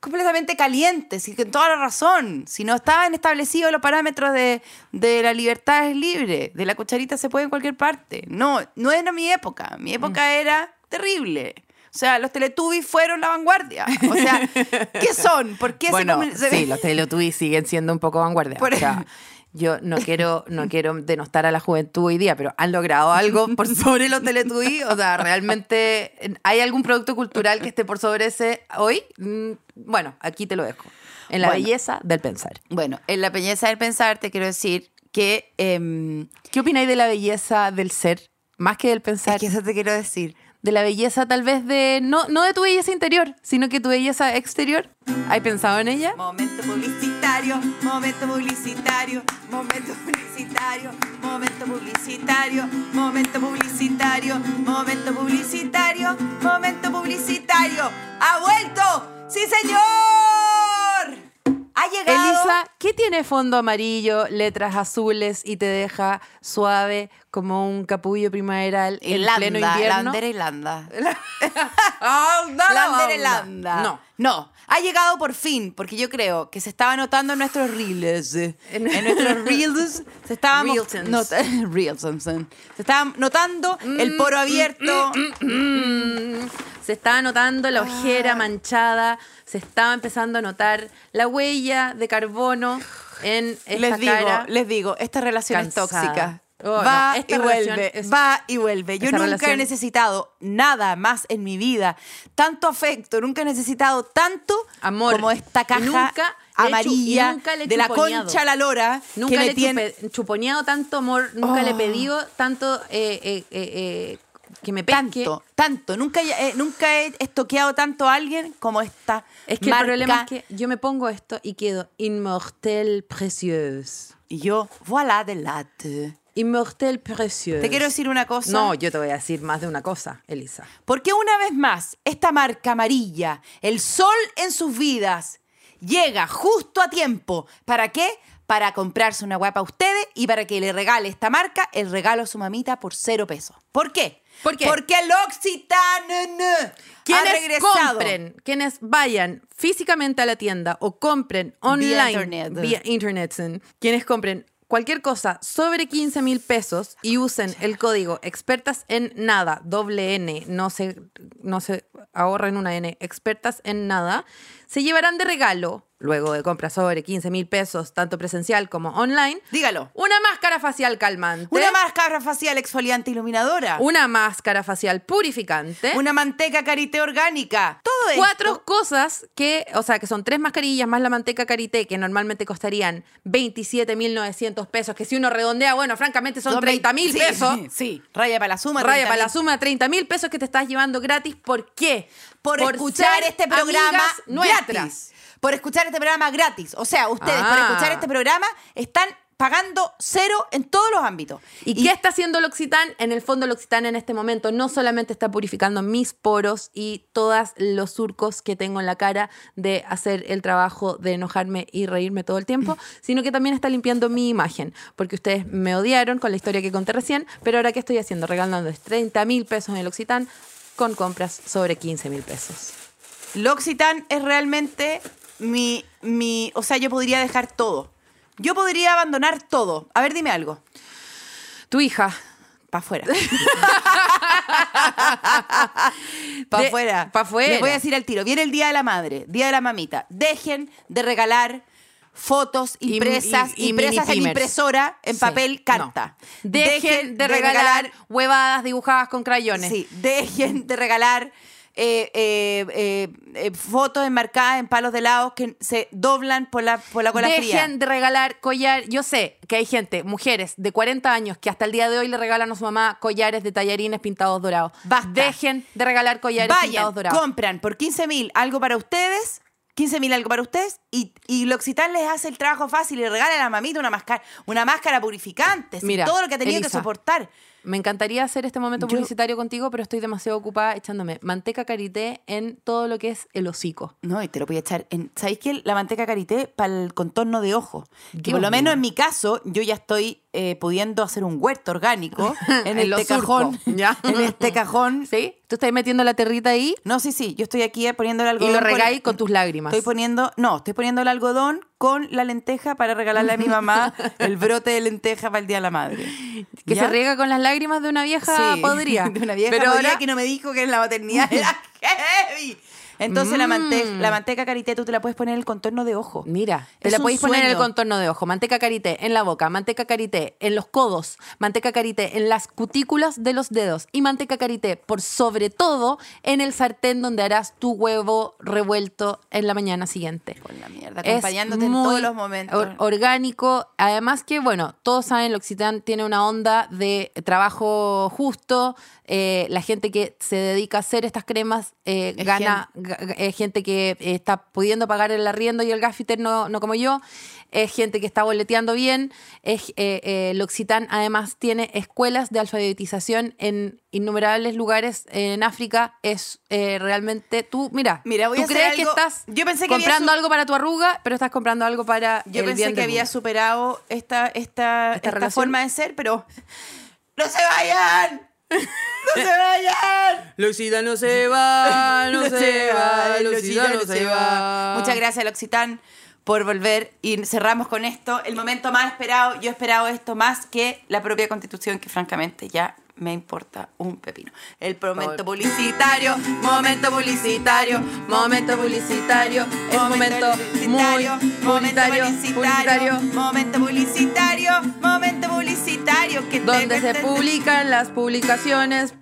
C: Completamente caliente, sí, con toda la razón. Si no estaban establecidos los parámetros de, de la libertad es libre, de la cucharita se puede en cualquier parte. No, no era mi época. Mi época
D: Mm.
C: era terrible. O sea, los Teletubbies fueron la vanguardia. O sea, ¿qué son? ¿Por qué se
D: bueno,
C: comen- se-
D: sí, los Teletubbies siguen siendo un poco vanguardia.
C: Por-
D: O sea, Yo no quiero, no quiero denostar a la juventud hoy día, pero han logrado algo por sobre los Teletubbies. O sea, realmente, ¿hay algún producto cultural que esté por sobre ese hoy? Mm, Bueno, aquí te lo dejo. En la
C: Bueno.
D: belleza del pensar.
C: Bueno, en la belleza del pensar te quiero decir que... em,
D: ¿Qué opináis de la belleza del ser? Más que del pensar.
C: es que eso te quiero decir.
D: de la belleza tal vez de, no, no de tu belleza interior, sino que tu belleza exterior. ¿Hay pensado en ella?
C: Momento publicitario, momento publicitario, momento publicitario, momento publicitario, momento publicitario, momento publicitario, momento publicitario. ¡Ha vuelto! ¡Sí, señor! Ha llegado.
D: Elisa, ¿qué tiene fondo amarillo, letras azules y te deja suave como un capullo primaveral en pleno
C: la
D: invierno?
C: bandera Irlanda.
D: Ah, no,
C: La
D: no,
C: bandera
D: no.
C: Irlanda.
D: No.
C: No, ha llegado por fin, porque yo creo que se estaba notando en nuestros reels. eh. En nuestros reels se estaba mo-
D: Reelsons.
C: nota- Reelsons, eh. Se estaba notando el poro abierto.
D: Mm, se estaba notando la ojera
C: Ah.
D: manchada, se estaba empezando a notar la huella de carbono en esta
C: les digo,
D: cara.
C: les digo, esta relación es
D: cansada.
C: tóxica.
D: Oh,
C: va
D: no, esta
C: y
D: relación
C: vuelve,
D: es-
C: va y vuelve. Yo
D: Esta
C: nunca he
D: relación-
C: necesitado nada más en mi vida, tanto afecto, nunca he necesitado tanto
D: Amor.
C: como esta
D: Y
C: caja
D: nunca le he chu-
C: amarilla
D: y nunca le he
C: de la
D: chuponeado.
C: concha a la lora que
D: Nunca
C: me
D: le he
C: tiene. Oh.
D: chupe- chuponeado tanto amor, nunca le he pedido tanto eh, eh, eh, eh, que me pesque.
C: Tanto, tanto. Nunca, he- eh, nunca he estoqueado tanto a alguien como esta
D: Es que
C: marca.
D: el problema es que yo me pongo esto y quedo inmortel precieuse.
C: Y yo, voilà de latte.
D: Inmortel precieuse.
C: Te quiero decir una cosa.
D: No, yo te voy a decir más de una cosa, Elisa.
C: Porque una vez más, esta marca amarilla, el sol en sus vidas, llega justo a tiempo. ¿Para qué? Para comprarse una guapa a ustedes y para que le regale esta marca el regalo a su mamita por cero pesos. ¿Por qué?
D: ¿Por qué?
C: Porque el Occitane ha
D: Quienes
C: regresado.
D: compren, quienes vayan físicamente a la tienda o compren online
C: internet.
D: vía internet, quienes compren cualquier cosa sobre 15 mil pesos y usen el código expertas en nada, doble N, no se, no se ahorren una N, expertas en nada, se llevarán de regalo, luego de compras sobre 15 mil pesos, tanto presencial como online,
C: Dígalo.
D: una máscara facial calmante,
C: Una máscara facial exfoliante iluminadora.
D: ¿Eh? una máscara facial purificante,
C: Ah. Una manteca karité orgánica. Todo esto.
D: ¿Eh? cuatro cosas que, o sea, que son tres mascarillas más la manteca karité, que normalmente costarían 27.900 pesos, que si uno redondea, bueno, francamente son 30.000
C: sí,
D: pesos.
C: Sí, raya para la suma.
D: Raya
C: 30.000.
D: para la suma, 30 mil pesos que te estás llevando gratis. ¿Por qué?
C: por, escuchar
D: ser
C: este programa
D: amigas
C: gratis. Por escuchar este programa gratis. O sea, ustedes por
D: Ah.
C: escuchar este programa están pagando cero en todos los ámbitos.
D: ¿Y, qué está haciendo el Occitán? En el fondo, el Occitán en este momento no solamente está purificando mis poros y todos los surcos que tengo en la cara de hacer el trabajo de enojarme y reírme todo el tiempo, sino que también está limpiando mi imagen. Porque ustedes me odiaron con la historia que conté recién, pero ahora ¿qué estoy haciendo? Regalando 30 mil pesos en el Occitán con compras sobre 15 mil pesos.
C: L'Occitane es realmente mi, mi... O sea, yo podría dejar todo. Yo podría abandonar todo. A ver, dime algo.
D: Tu hija.
C: Para afuera.
D: De-
C: Para afuera.
D: pa' fuera.
C: Les voy a decir al tiro. Viene el Día de la Madre, Día de la Mamita. Dejen de regalar fotos
D: Y-
C: impresas,
D: y- y
C: impresas en
D: mini-primers.
C: impresora, en
D: Sí,
C: papel, carta.
D: no. Dejen, de, regalar, huevadas dibujadas con crayones.
C: Sí, dejen de regalar eh, eh, eh, eh, fotos enmarcadas en palos de helados que se doblan por la, por la cola
D: Dejen
C: fría.
D: de regalar collar. Yo sé que hay gente, mujeres de 40 años, que hasta el día de hoy le regalan a su mamá collares de tallarines pintados dorados.
C: Basta.
D: Dejen de regalar collares
C: Vayan,
D: pintados dorados.
C: compran por 15 mil algo para ustedes, 15 mil algo para ustedes, y, y L'Occitane les hace el trabajo fácil y regala a la mamita una máscara, una máscara purificante, sin
D: Mira,
C: todo lo que ha tenido que
D: Elisa,
C: soportar.
D: Me encantaría hacer este momento publicitario contigo, pero estoy demasiado ocupada echándome manteca karité en todo lo que es el hocico.
C: No, y te lo voy a echar. En, ¿Sabéis qué? La manteca karité para el contorno de ojo. Que
D: Dios
C: por lo menos
D: mío.
C: en mi caso, yo ya estoy eh, pudiendo hacer un huerto orgánico en,
D: En
C: este
D: los surcos,
C: cajón.
D: ya.
C: En este cajón.
D: ¿Sí? Tú estás metiendo la territa ahí
C: No, sí, sí. Yo estoy aquí eh, poniéndole algo.
D: y lo regáis con tus lágrimas.
C: Estoy poniendo, no, estoy poniendo el algodón con la lenteja para regalarle a mi mamá el brote de lenteja para el Día de la Madre.
D: que
C: ¿Ya?
D: se riega con las lágrimas de una vieja
C: Sí,
D: podría.
C: De una vieja
D: pero
C: podrida
D: ahora
C: que no me dijo que en la maternidad era heavy. Entonces la, mante-
D: Mm.
C: la manteca karité tú te la puedes poner en el contorno de ojo.
D: Mira, te
C: Es
D: la
C: un
D: podéis poner en el
C: sueño.
D: contorno de ojo. Manteca karité en la boca, manteca karité en los codos, manteca karité en las cutículas de los dedos y manteca karité por sobre todo en el sartén donde harás tu huevo revuelto en la mañana siguiente.
C: Por la mierda,
D: Es
C: acompañándote en
D: muy
C: todos los momentos.
D: or- orgánico. Además que, bueno, todos saben, L'Occitane tiene una onda de trabajo justo. Eh, la gente que se dedica a hacer estas cremas eh,
C: Es
D: gana, ga- ga- es gente que eh, está pudiendo pagar el arriendo y el gaffiter, no, no como yo. Es gente que está boleteando bien. Es, eh, eh, L'Occitane además tiene escuelas de alfabetización en innumerables lugares en África. Es eh, realmente, tú, mira,
C: Mira, voy
D: tú
C: a hacer
D: crees que
C: algo-
D: estás
C: yo pensé que había
D: comprando
C: su-
D: algo para tu arruga, pero estás comprando algo para
C: Yo
D: el
C: pensé
D: bien
C: que
D: del
C: había
D: mundo.
C: superado esta, esta, esta,
D: relación?
C: forma de ser, pero ¡no se vayan! ¡No se vayan!
D: L'Occitane no se va, no se va, L'Occitane no se va.
C: Muchas gracias, L'Occitán, por volver. Y cerramos con esto, el momento más esperado. Yo he esperado esto más que la propia constitución, que francamente ya me importa un pepino. El momento publicitario, momento publicitario, momento publicitario,
D: Es momento
C: publicitario,
D: muy
C: momento
D: publicitario,
C: publicitario,
D: publicitario.
C: momento publicitario, momento publicitario, que
D: Donde
C: tengo
D: se
C: este-
D: publican las publicaciones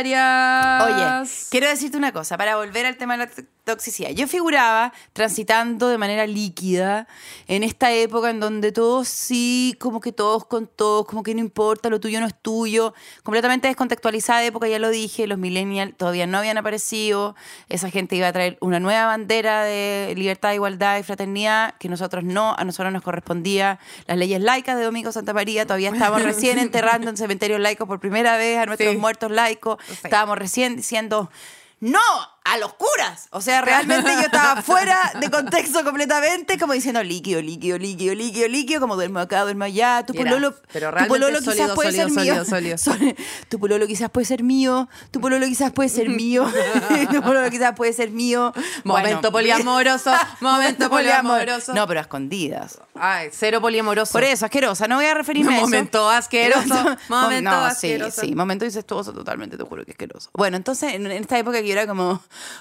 D: publicitarias.
C: Oye, quiero decirte una cosa, para volver al tema de la to- toxicidad. Yo figuraba transitando de manera líquida en esta época en donde todos sí, como que todos con todos, como que no importa, lo tuyo no es tuyo, completamente descontextualizada época, ya lo dije, los millennials todavía no habían aparecido, esa gente iba a traer una nueva bandera de libertad, igualdad y fraternidad que nosotros no, a nosotros nos correspondía. Las leyes laicas de Domingo Santa María, todavía estábamos recién enterrando en cementerios laicos por primera vez a nuestros
D: Sí.
C: muertos laicos, estábamos recién diciendo no a los curas. O sea, realmente yo estaba fuera de contexto completamente, como diciendo líquido, líquido, líquido, líquido, líquido, como duermo acá, duermo allá, tu
D: Mira,
C: pololo,
D: pero
C: tu
D: realmente
C: pololo
D: sólido,
C: quizás puede ser
D: sólido,
C: mío.
D: sólido, sólido.
C: Sol- tu pololo quizás puede ser mío, tu pololo quizás puede ser mío, tu pololo quizás puede ser mío.
D: Momento
C: Bueno,
D: poliamoroso, momento poliamoroso.
C: No, pero a escondidas.
D: Ay, cero poliamoroso.
C: Por eso, asquerosa, no voy a referirme a eso.
D: momento asqueroso, momento
C: no,
D: asqueroso.
C: Sí, sí, momento incestuoso totalmente, te juro que asqueroso. Bueno, entonces en, en esta época que yo era como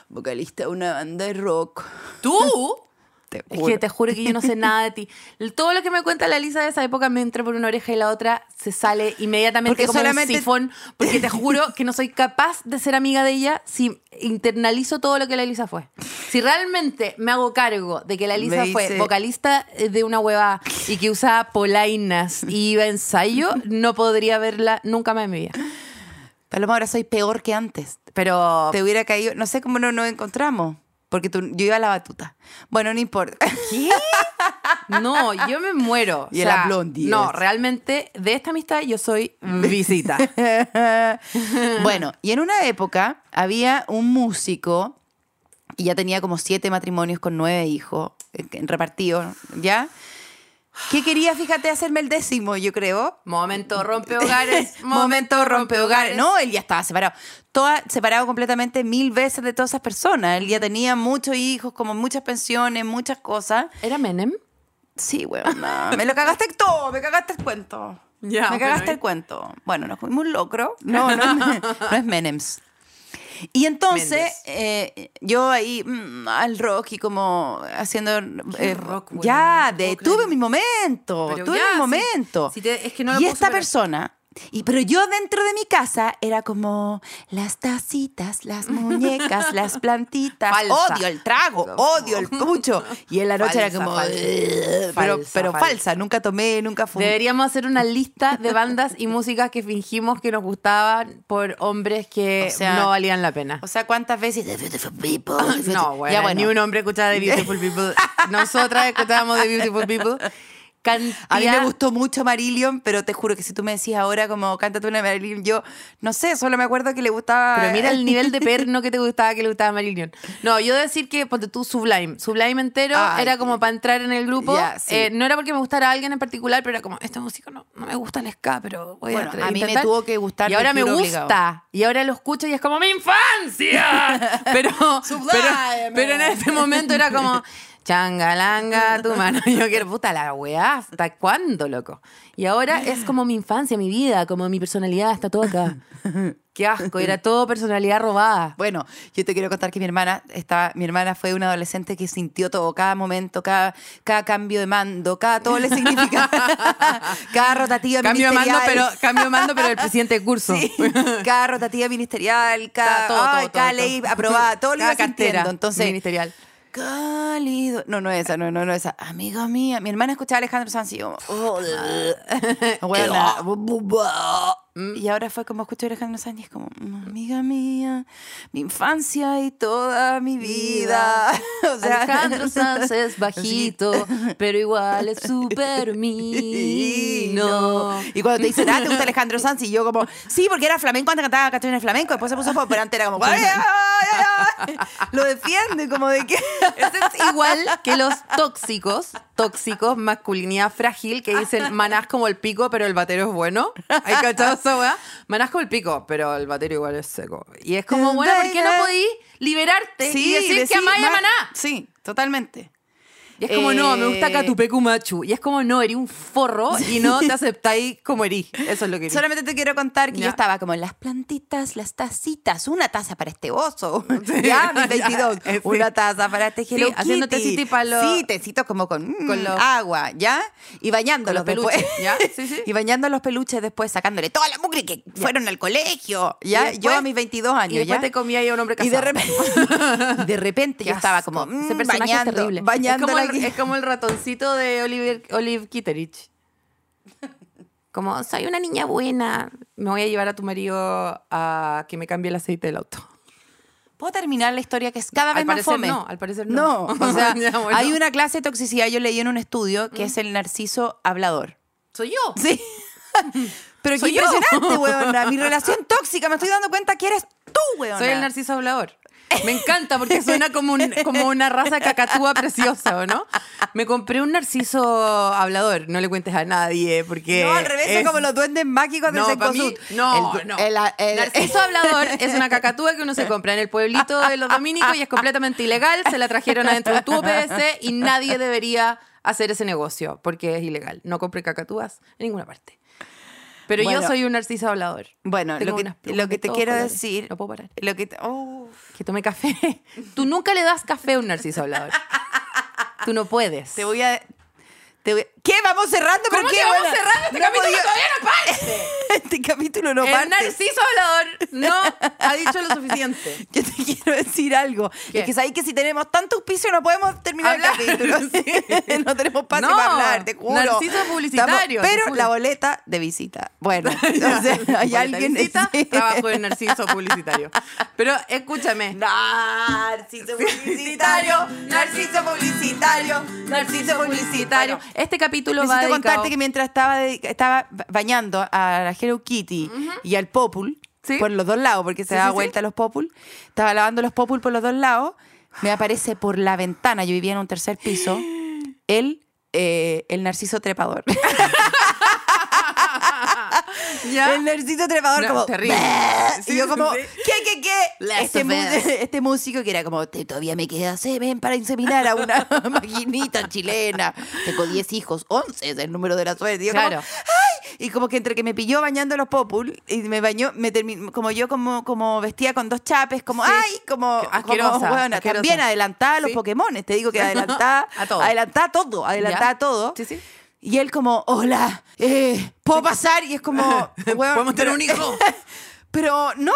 C: vocalista de una banda de rock,
D: ¿Tú?
C: te
D: Es
C: juro.
D: que te juro que yo no sé nada de ti. Todo lo que me cuenta la Lisa de esa época me entra por una oreja y la otra se sale inmediatamente
C: Porque
D: como
C: solamente-
D: un sifón. Porque te juro que no soy capaz de ser amiga de ella si internalizo todo lo que la Lisa fue. Si realmente me hago cargo de que la Lisa
C: Me
D: fue
C: dice-
D: vocalista de una hueva y que usaba polainas y iba a ensayo, no podría verla nunca más en mi vida.
C: Paloma, ahora soy peor que antes.
D: Pero
C: Te hubiera caído, no sé cómo no nos encontramos, porque tú- yo iba a la batuta. Bueno, no importa.
D: No, yo me muero.
C: Y
D: O
C: el
D: sea,
C: Blondie
D: No,
C: es. Mm.
D: realmente, de esta amistad yo soy visita.
C: bueno, y en una época había un músico y ya tenía como siete matrimonios con nueve hijos eh, que- repartidos, ¿ya? Que quería, fíjate, hacerme el décimo, yo creo.
D: Momento rompe hogares.
C: Momento rompe hogares. No, él ya estaba separado. Toda, separado completamente mil veces de todas esas personas. Él ya tenía muchos hijos, como muchas pensiones, muchas cosas.
D: ¿Era Menem?
C: Sí, weón. Me lo cagaste todo, me cagaste el cuento.
D: Ya,
C: me
D: bueno,
C: cagaste
D: ¿y?
C: el cuento. Bueno, nos comimos un locro. No, no, es- no es Menems. Y entonces,
D: Méndez.
C: eh, yo ahí mm, al rock y como haciendo. eh,
D: rock, weón?
C: ya,
D: No
C: de,
D: puedo
C: tuve
D: creer.
C: mi momento,
D: Pero
C: tuve
D: ya,
C: mi
D: si-
C: momento.
D: si te- es que no lo
C: y
D: puedo
C: esta
D: superar.
C: persona. Y, pero yo dentro de mi casa era como las tacitas, las muñecas, las plantitas.
D: Falsa.
C: Odio el trago, odio el cucho. Y en la noche era
D: Falsa,
C: como.
D: falsa.
C: "Ugh", pero
D: Falsa,
C: pero
D: falsa.
C: falsa, nunca tomé, nunca fumé.
D: Deberíamos hacer una lista de bandas y músicas que fingimos que nos gustaban por hombres que
C: O sea,
D: no valían la pena.
C: O sea, ¿cuántas veces? The beautiful people. the beautiful-
D: no, bueno,
C: Ya, bueno.
D: ni un hombre escuchaba The Beautiful People. Nosotras escuchábamos The Beautiful People. Cantidad-
C: A mí me gustó mucho Marillion, pero te juro que si tú me decís ahora como cántate una Marillion, yo no sé, solo me acuerdo que le gustaba.
D: Pero mira el nivel de perno que te gustaba, que le gustaba a Marillion. No, yo debo decir que ponte tú Sublime. Sublime entero
C: Ay.
D: era como para entrar en el grupo.
C: Ya, sí.
D: Eh, no era porque me gustara alguien en particular, pero era como, este músico no, no me gusta el ska, pero voy
C: Bueno,
D: a tra-
C: a mí me
D: intentar".
C: tuvo que gustar
D: Y ahora me
C: Mercurio
D: gusta.
C: obligado.
D: Y ahora lo escucho y es como mi infancia. pero, pero,
C: Sublime.
D: pero en este momento era como, Changalanga, tu mano. Yo quiero, puta la weá, ¿hasta cuándo, loco? Y ahora es como mi infancia, mi vida, como mi personalidad, está todo acá. Qué asco, era todo personalidad robada.
C: Bueno, yo te quiero contar que mi hermana estaba, mi hermana fue una adolescente que sintió todo, cada momento, cada, cada cambio de mando, cada todo le significa, cada rotativa
D: Cambio de mando,
C: ministerial.
D: pero, cambio de mando, pero el presidente de curso.
C: Sí, cada rotativa ministerial, cada,
D: Está todo,
C: ay,
D: todo,
C: cada
D: todo,
C: ley
D: todo.
C: aprobada, todo lo
D: Cada
C: iba sintiendo. Entonces,
D: ministerial.
C: cálido. No, no esa, no, no, no esa. Amiga mía, mi hermana escuchaba a Alejandro Sanz y yo, oh,
D: Eh,
C: weona.
D: Mm.
C: Y ahora fue como escucho a Alejandro Sanz y es como, "Mm, amiga mía, mi infancia y toda mi vida. O sea,
D: Alejandro Sanz es bajito, pero igual es súper
C: y
D: mino.
C: no. Y cuando te dicen, ah, ¿te gusta Alejandro Sanz? Y yo como, sí, porque era flamenco, antes cantaba canciones de flamenco, después se puso pop, pero antes era como, "Ay, ay, ay, ay". Lo defiende, como de que...
D: Ese es igual que los tóxicos, tóxicos, masculinidad frágil, que dicen manás como el pico, pero el batero es bueno. ¿Hay cachado esa weá? Manás como el pico, pero el batero igual es seco. Y es como, bueno, ¿por qué no podí liberarte y decir
C: decí,
D: que amáis a
C: ma-
D: maná?
C: Sí, totalmente.
D: Y es como, no, me gusta
C: Eh,
D: Catupecu Machu. Y es como, no, erí un forro y no te aceptáis como erí. Eso es lo que erí.
C: Solamente te quiero contar que
D: Ya.
C: yo estaba como las plantitas, las tacitas, una taza para este oso, ya, mis 22,
D: ya, eh, sí.
C: una taza para este
D: Sí,
C: Hello
D: haciendo
C: Kitty.
D: tecito y palo-
C: Sí, tecitos como con, mm,
D: Con los-
C: agua, ¿ya? Y bañándolos
D: Con los
C: después.
D: peluches, ¿ya? Sí, sí.
C: Y bañando los peluches después, sacándole toda la mugre que fueron al colegio, ¿ya?
D: Y
C: yo
D: después-
C: a mis 22 años,
D: Y después
C: ¿ya?
D: te comía yo un hombre casado.
C: Y de repente, de repente
D: Qué
C: yo estaba
D: asco.
C: como mm,
D: Ese personaje
C: bañando,
D: es terrible.
C: bañando
D: es, como el,
C: la-
D: es como el ratoncito de Oliver, Olive Kitteridge. Como, soy una niña buena. Me voy a llevar a tu marido a que me cambie el aceite del auto.
C: ¿Puedo terminar la historia que es cada
D: Al
C: vez más
D: parecer
C: fome?
D: no, al parecer no.
C: o sea,
D: Ya, bueno.
C: hay una clase de toxicidad, yo leí en un estudio, que es el narciso hablador.
D: Soy yo.
C: Sí. Pero qué
D: Soy yo.
C: impresionante, weona. Mi relación tóxica, me estoy dando cuenta que eres tú, weona.
D: Soy el narciso hablador. Me encanta porque suena como, un- como una raza cacatúa preciosa, ¿o no? Me compré un narciso hablador. No le cuentes a nadie porque.
C: No, al revés, es
D: es-
C: como los duendes mágicos del
D: No, para mí,
C: Cencosud.
D: no,
C: El-
D: no.
C: el- el-
D: Narciso hablador es una cacatúa que uno se compra en el pueblito de los dominicos y es completamente ilegal. Se la trajeron adentro de un tubo PVC y nadie debería hacer ese negocio porque es ilegal. No compre cacatúas en ninguna parte. Pero yo
C: Bueno.
D: soy un narciso hablador.
C: Bueno,
D: Tengo
C: lo que,
D: unas plumas
C: lo
D: de
C: que te
D: todos
C: quiero
D: colores.
C: decir...
D: No puedo parar.
C: Lo que te- oh.
D: Que tome café. Tú nunca le das café a un narciso hablador. Tú no puedes.
C: Te voy a... te voy- ¿Qué? ¿Vamos cerrando? ¿Pero
D: ¿Cómo
C: qué,
D: que vamos
C: weona?
D: cerrando? Este
C: No
D: capítulo
C: podía-
D: todavía no parte.
C: Este capítulo no
D: El
C: parte.
D: narciso hablador no ha dicho lo suficiente.
C: Yo te quiero decir algo.
D: ¿Qué?
C: Es que sabéis que si tenemos tanto auspicio no podemos terminar
D: Hablar,
C: el capítulo.
D: sí.
C: no tenemos espacio
D: No,
C: para hablar, te juro.
D: narciso publicitario, te
C: pero
D: juro.
C: la boleta de visita. Bueno, o
D: Ya.
C: sea, hay
D: Boleta
C: alguien.
D: visita,
C: sí.
D: trabajo en narciso publicitario. Pero escúchame.
C: Narciso publicitario, narciso publicitario, narciso publicitario.
D: Este capítulo va
C: Necesito
D: dedicado...
C: contarte que mientras estaba, dedica- estaba ba- bañando a la Hello Kitty y al Popul,
D: Sí.
C: por los dos lados, porque se
D: Sí,
C: da
D: sí,
C: vuelta a los Popul, estaba lavando los Popul por los dos lados, me aparece por la ventana, yo vivía en un tercer piso, el, eh, el narciso trepador.
D: ¿Ya?
C: El narciso trepador
D: No,
C: como...
D: terrible.
C: "Bah".
D: Sí,
C: y yo como,
D: sí.
C: ¿qué, qué, qué?
D: Last
C: Este,
D: of
C: mu-
D: us.
C: este músico que era como, "Te- todavía me queda semen para inseminar a una maquinita chilena. Tengo 10 hijos, 11 es el número de la suerte. Y yo como,
D: Claro.
C: Y como que entre que me pilló bañando los popul y me bañó, me terminó, como yo como, como vestía con dos chapes, como,
D: Sí.
C: ay, como,
D: Asquerosa,
C: como, weona,
D: asquerosa.
C: también adelantada a los
D: Sí.
C: Pokémones, te digo que adelantada
D: A todo.
C: Adelantada a todo, adelantada
D: ¿Ya?
C: a todo.
D: Sí, sí.
C: Y él como, hola, eh, ¿puedo pasar? Y es como, weón,
D: ¿Podemos tener
C: pero- eh,
D: un hijo?
C: Pero no,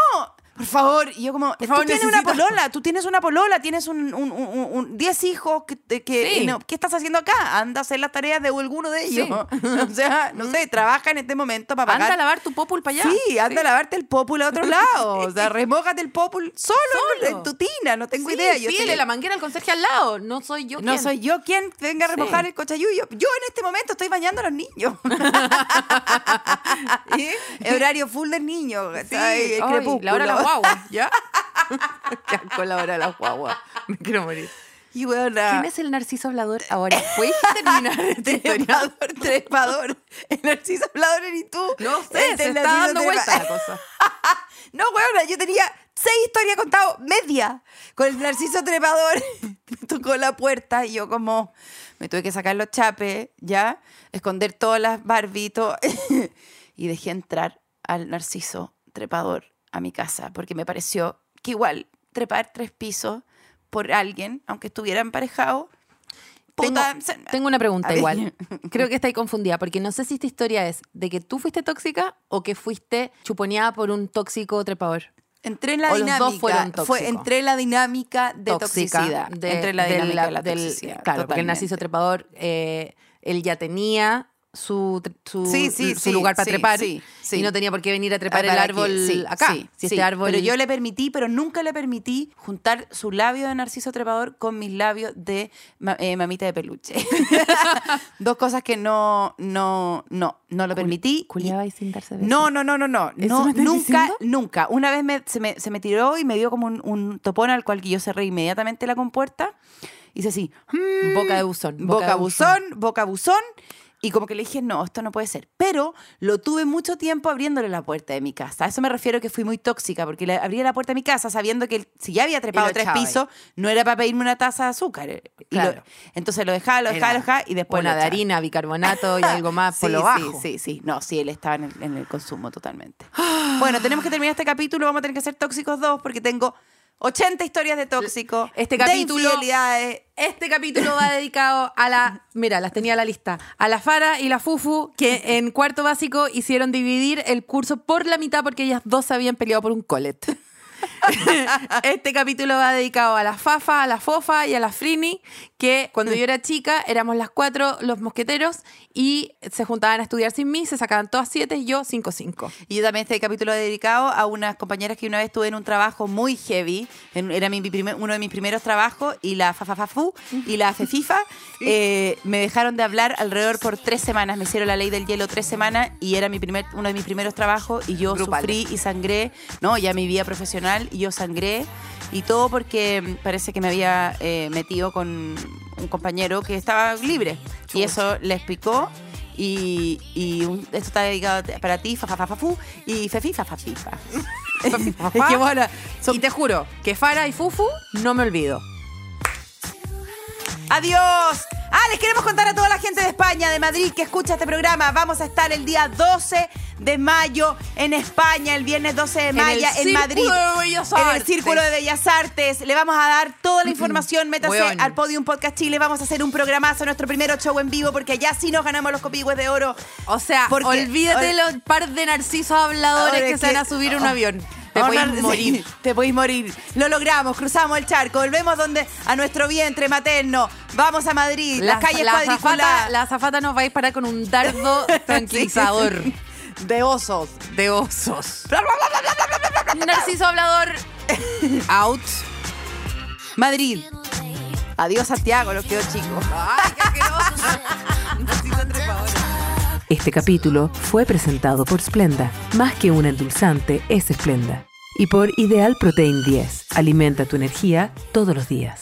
C: por favor. Y yo como, tú
D: favor,
C: tienes
D: necesito-
C: una polola, tú tienes una polola, tienes un, un, un- un- 10 hijos que, te- que-
D: Sí.
C: y no, ¿qué estás haciendo acá? Anda a hacer las tareas de alguno de
D: Sí.
C: ellos. O sea, no sé, trabaja en este momento para
D: Anda
C: pagar.
D: a lavar tu popul para allá.
C: Sí, anda a lavarte el popul a otro lado. O sea, remójate el popul solo, en-
D: Solo.
C: en tu tina, no tengo
D: Sí,
C: idea. Yo
D: pídele
C: estoy-
D: la manguera al conserje al lado. No soy yo
C: no
D: quien.
C: soy yo quien venga a remojar
D: Sí.
C: el cochayuyo. Yo en este momento estoy bañando a los niños. Es Horario full del niño.
D: Sí,
C: ¿sabes? El
D: ay,
C: crepúsculo.
D: la hora de la guagua, ¿ya? Qué asco la hora de la guagua. Me quiero morir.
C: Y bueno,
D: ¿Quién es el narciso hablador ahora? ¿Puedes terminar esta historia?
C: trepador, trepador. El narciso hablador eres tú.
D: No sé,
C: Este
D: se
C: es
D: está
C: narciso
D: dando
C: trepa-
D: vuelta la cosa.
C: No, weona, yo tenía seis historias contadas, media, con el narciso trepador. me tocó la puerta y yo como me tuve que sacar los chapes, ¿ya? Esconder todas las barbitos y dejé entrar al narciso trepador a mi casa porque me pareció que igual trepar tres pisos por alguien, aunque estuviera emparejado,
D: Tengo,
C: puta, se-
D: tengo una
C: A
D: pregunta
C: ver.
D: igual. Creo que está ahí confundida, porque no sé si esta historia es de que tú fuiste tóxica o que fuiste chuponeada por un tóxico trepador.
C: Entré en la
D: O los
C: dinámica.
D: dos fueron
C: fue,
D: tóxicos.
C: entré en la dinámica de toxicidad.
D: de-
C: entré en la
D: de
C: dinámica
D: la-
C: de la
D: del-
C: toxicidad.
D: Claro, porque el
C: totalmente.
D: narciso trepador, eh, él ya tenía su, tre- su,
C: Sí, sí,
D: su
C: sí,
D: lugar para
C: sí,
D: trepar
C: sí, sí.
D: y no tenía por qué venir a trepar el
C: Para
D: árbol
C: que- sí,
D: acá.
C: sí,
D: si
C: sí.
D: este árbol...
C: Pero yo le permití, pero nunca le permití juntar su labio de narciso trepador con mis labios de ma- eh, mamita de peluche. Dos cosas que no, no, no, no lo permití.
D: Culeaba y sin darse beso.
C: No, no, no, no, no.
D: ¿Eso
C: No,
D: me estás
C: nunca,
D: diciendo?
C: nunca. Una vez me- se, me, se me tiró y me dio como un, un topón al cual yo cerré inmediatamente la compuerta. Hice así, mm,
D: Boca de buzón.
C: boca buzón, boca buzón. Y como que le dije, no, esto no puede ser. Pero lo tuve mucho tiempo abriéndole la puerta de mi casa. A eso me refiero que fui muy tóxica, porque le abría la puerta de mi casa sabiendo que él- si ya había trepado
D: lo
C: tres
D: echaba ahí.
C: pisos, no era para pedirme una taza de azúcar. Y lo-
D: Claro.
C: entonces lo dejaba, lo dejaba,
D: Era
C: lo dejaba y después
D: una
C: lo
D: de
C: echaba.
D: harina, bicarbonato y algo más por lo bajo.
C: Sí, sí, sí. No, sí, él estaba en el, en el consumo totalmente. bueno, tenemos que terminar este capítulo. Vamos a tener que hacer tóxicos dos porque tengo 80 historias de tóxico.
D: Este
C: de
D: capítulo-
C: infidelidades.
D: Este capítulo va dedicado a la. Mira, las tenía la lista. A la Fara y la Fufu, que en cuarto básico hicieron dividir el curso por la mitad porque ellas dos se habían peleado por un colet. Este capítulo va dedicado a la Fafa, a la Fofa y a la Frini, que cuando yo era chica éramos las cuatro los mosqueteros y se juntaban a estudiar sin mí, se sacaban todas siete y yo cinco cinco.
C: Y yo también este capítulo he dedicado a unas compañeras que una vez tuve en un trabajo muy heavy. en- era mi primer- uno de mis primeros trabajos y la fafafafu y la fefifa eh, me dejaron de hablar alrededor por tres semanas. Me hicieron la ley del hielo tres semanas y era mi primer, uno de mis primeros trabajos y yo
D: Grupales.
C: sufrí y sangré. No, ya mi vida profesional y yo sangré y todo porque mm, parece que me había eh, metido con un compañero que estaba libre y eso les picó y, y un- esto está dedicado te- para ti, fafafafafu, y fefi, fafafifa.
D: Es que bueno, son- Ah. y te juro que Fara y Fufu no me olvido.
C: ¡Adiós! Ah, les queremos contar a toda la gente de España, de Madrid, que escucha este programa. Vamos a estar el día 12 de mayo en España, el viernes 12 de mayo en,
D: el
C: Madrid.
D: Círculo de Bellas
C: En el
D: Artes.
C: Círculo de Bellas Artes. Le vamos a dar toda la información. Métase
D: Weón.
C: al Podium Podcast Chile. Vamos a hacer un programazo, nuestro primero show en vivo, porque allá sí nos ganamos los copigües de oro.
D: O sea,
C: Porque-
D: olvídate de
C: ahora-
D: los par de narcisos habladores
C: Ahora
D: que,
C: es
D: se van
C: que-
D: a subir a un
C: oh.
D: avión. Te
C: Vamos
D: voy a
C: a- sí,
D: morir.
C: te podéis morir. Lo logramos, cruzamos el charco, volvemos donde a nuestro vientre materno. Vamos a Madrid, las, calles
D: azafata,
C: cuadriculadas.
D: la azafata nos va a disparar con un dardo tranquilizador
C: de osos.
D: de osos. Narciso hablador. Out.
C: Madrid. Adiós Santiago, los quedó chicos.
D: Ay, qué asqueroso. Narciso trepador.
A: Este capítulo fue presentado por Splenda. Más que un endulzante es Splenda. Y por Ideal Protein 10. Alimenta tu energía todos los días.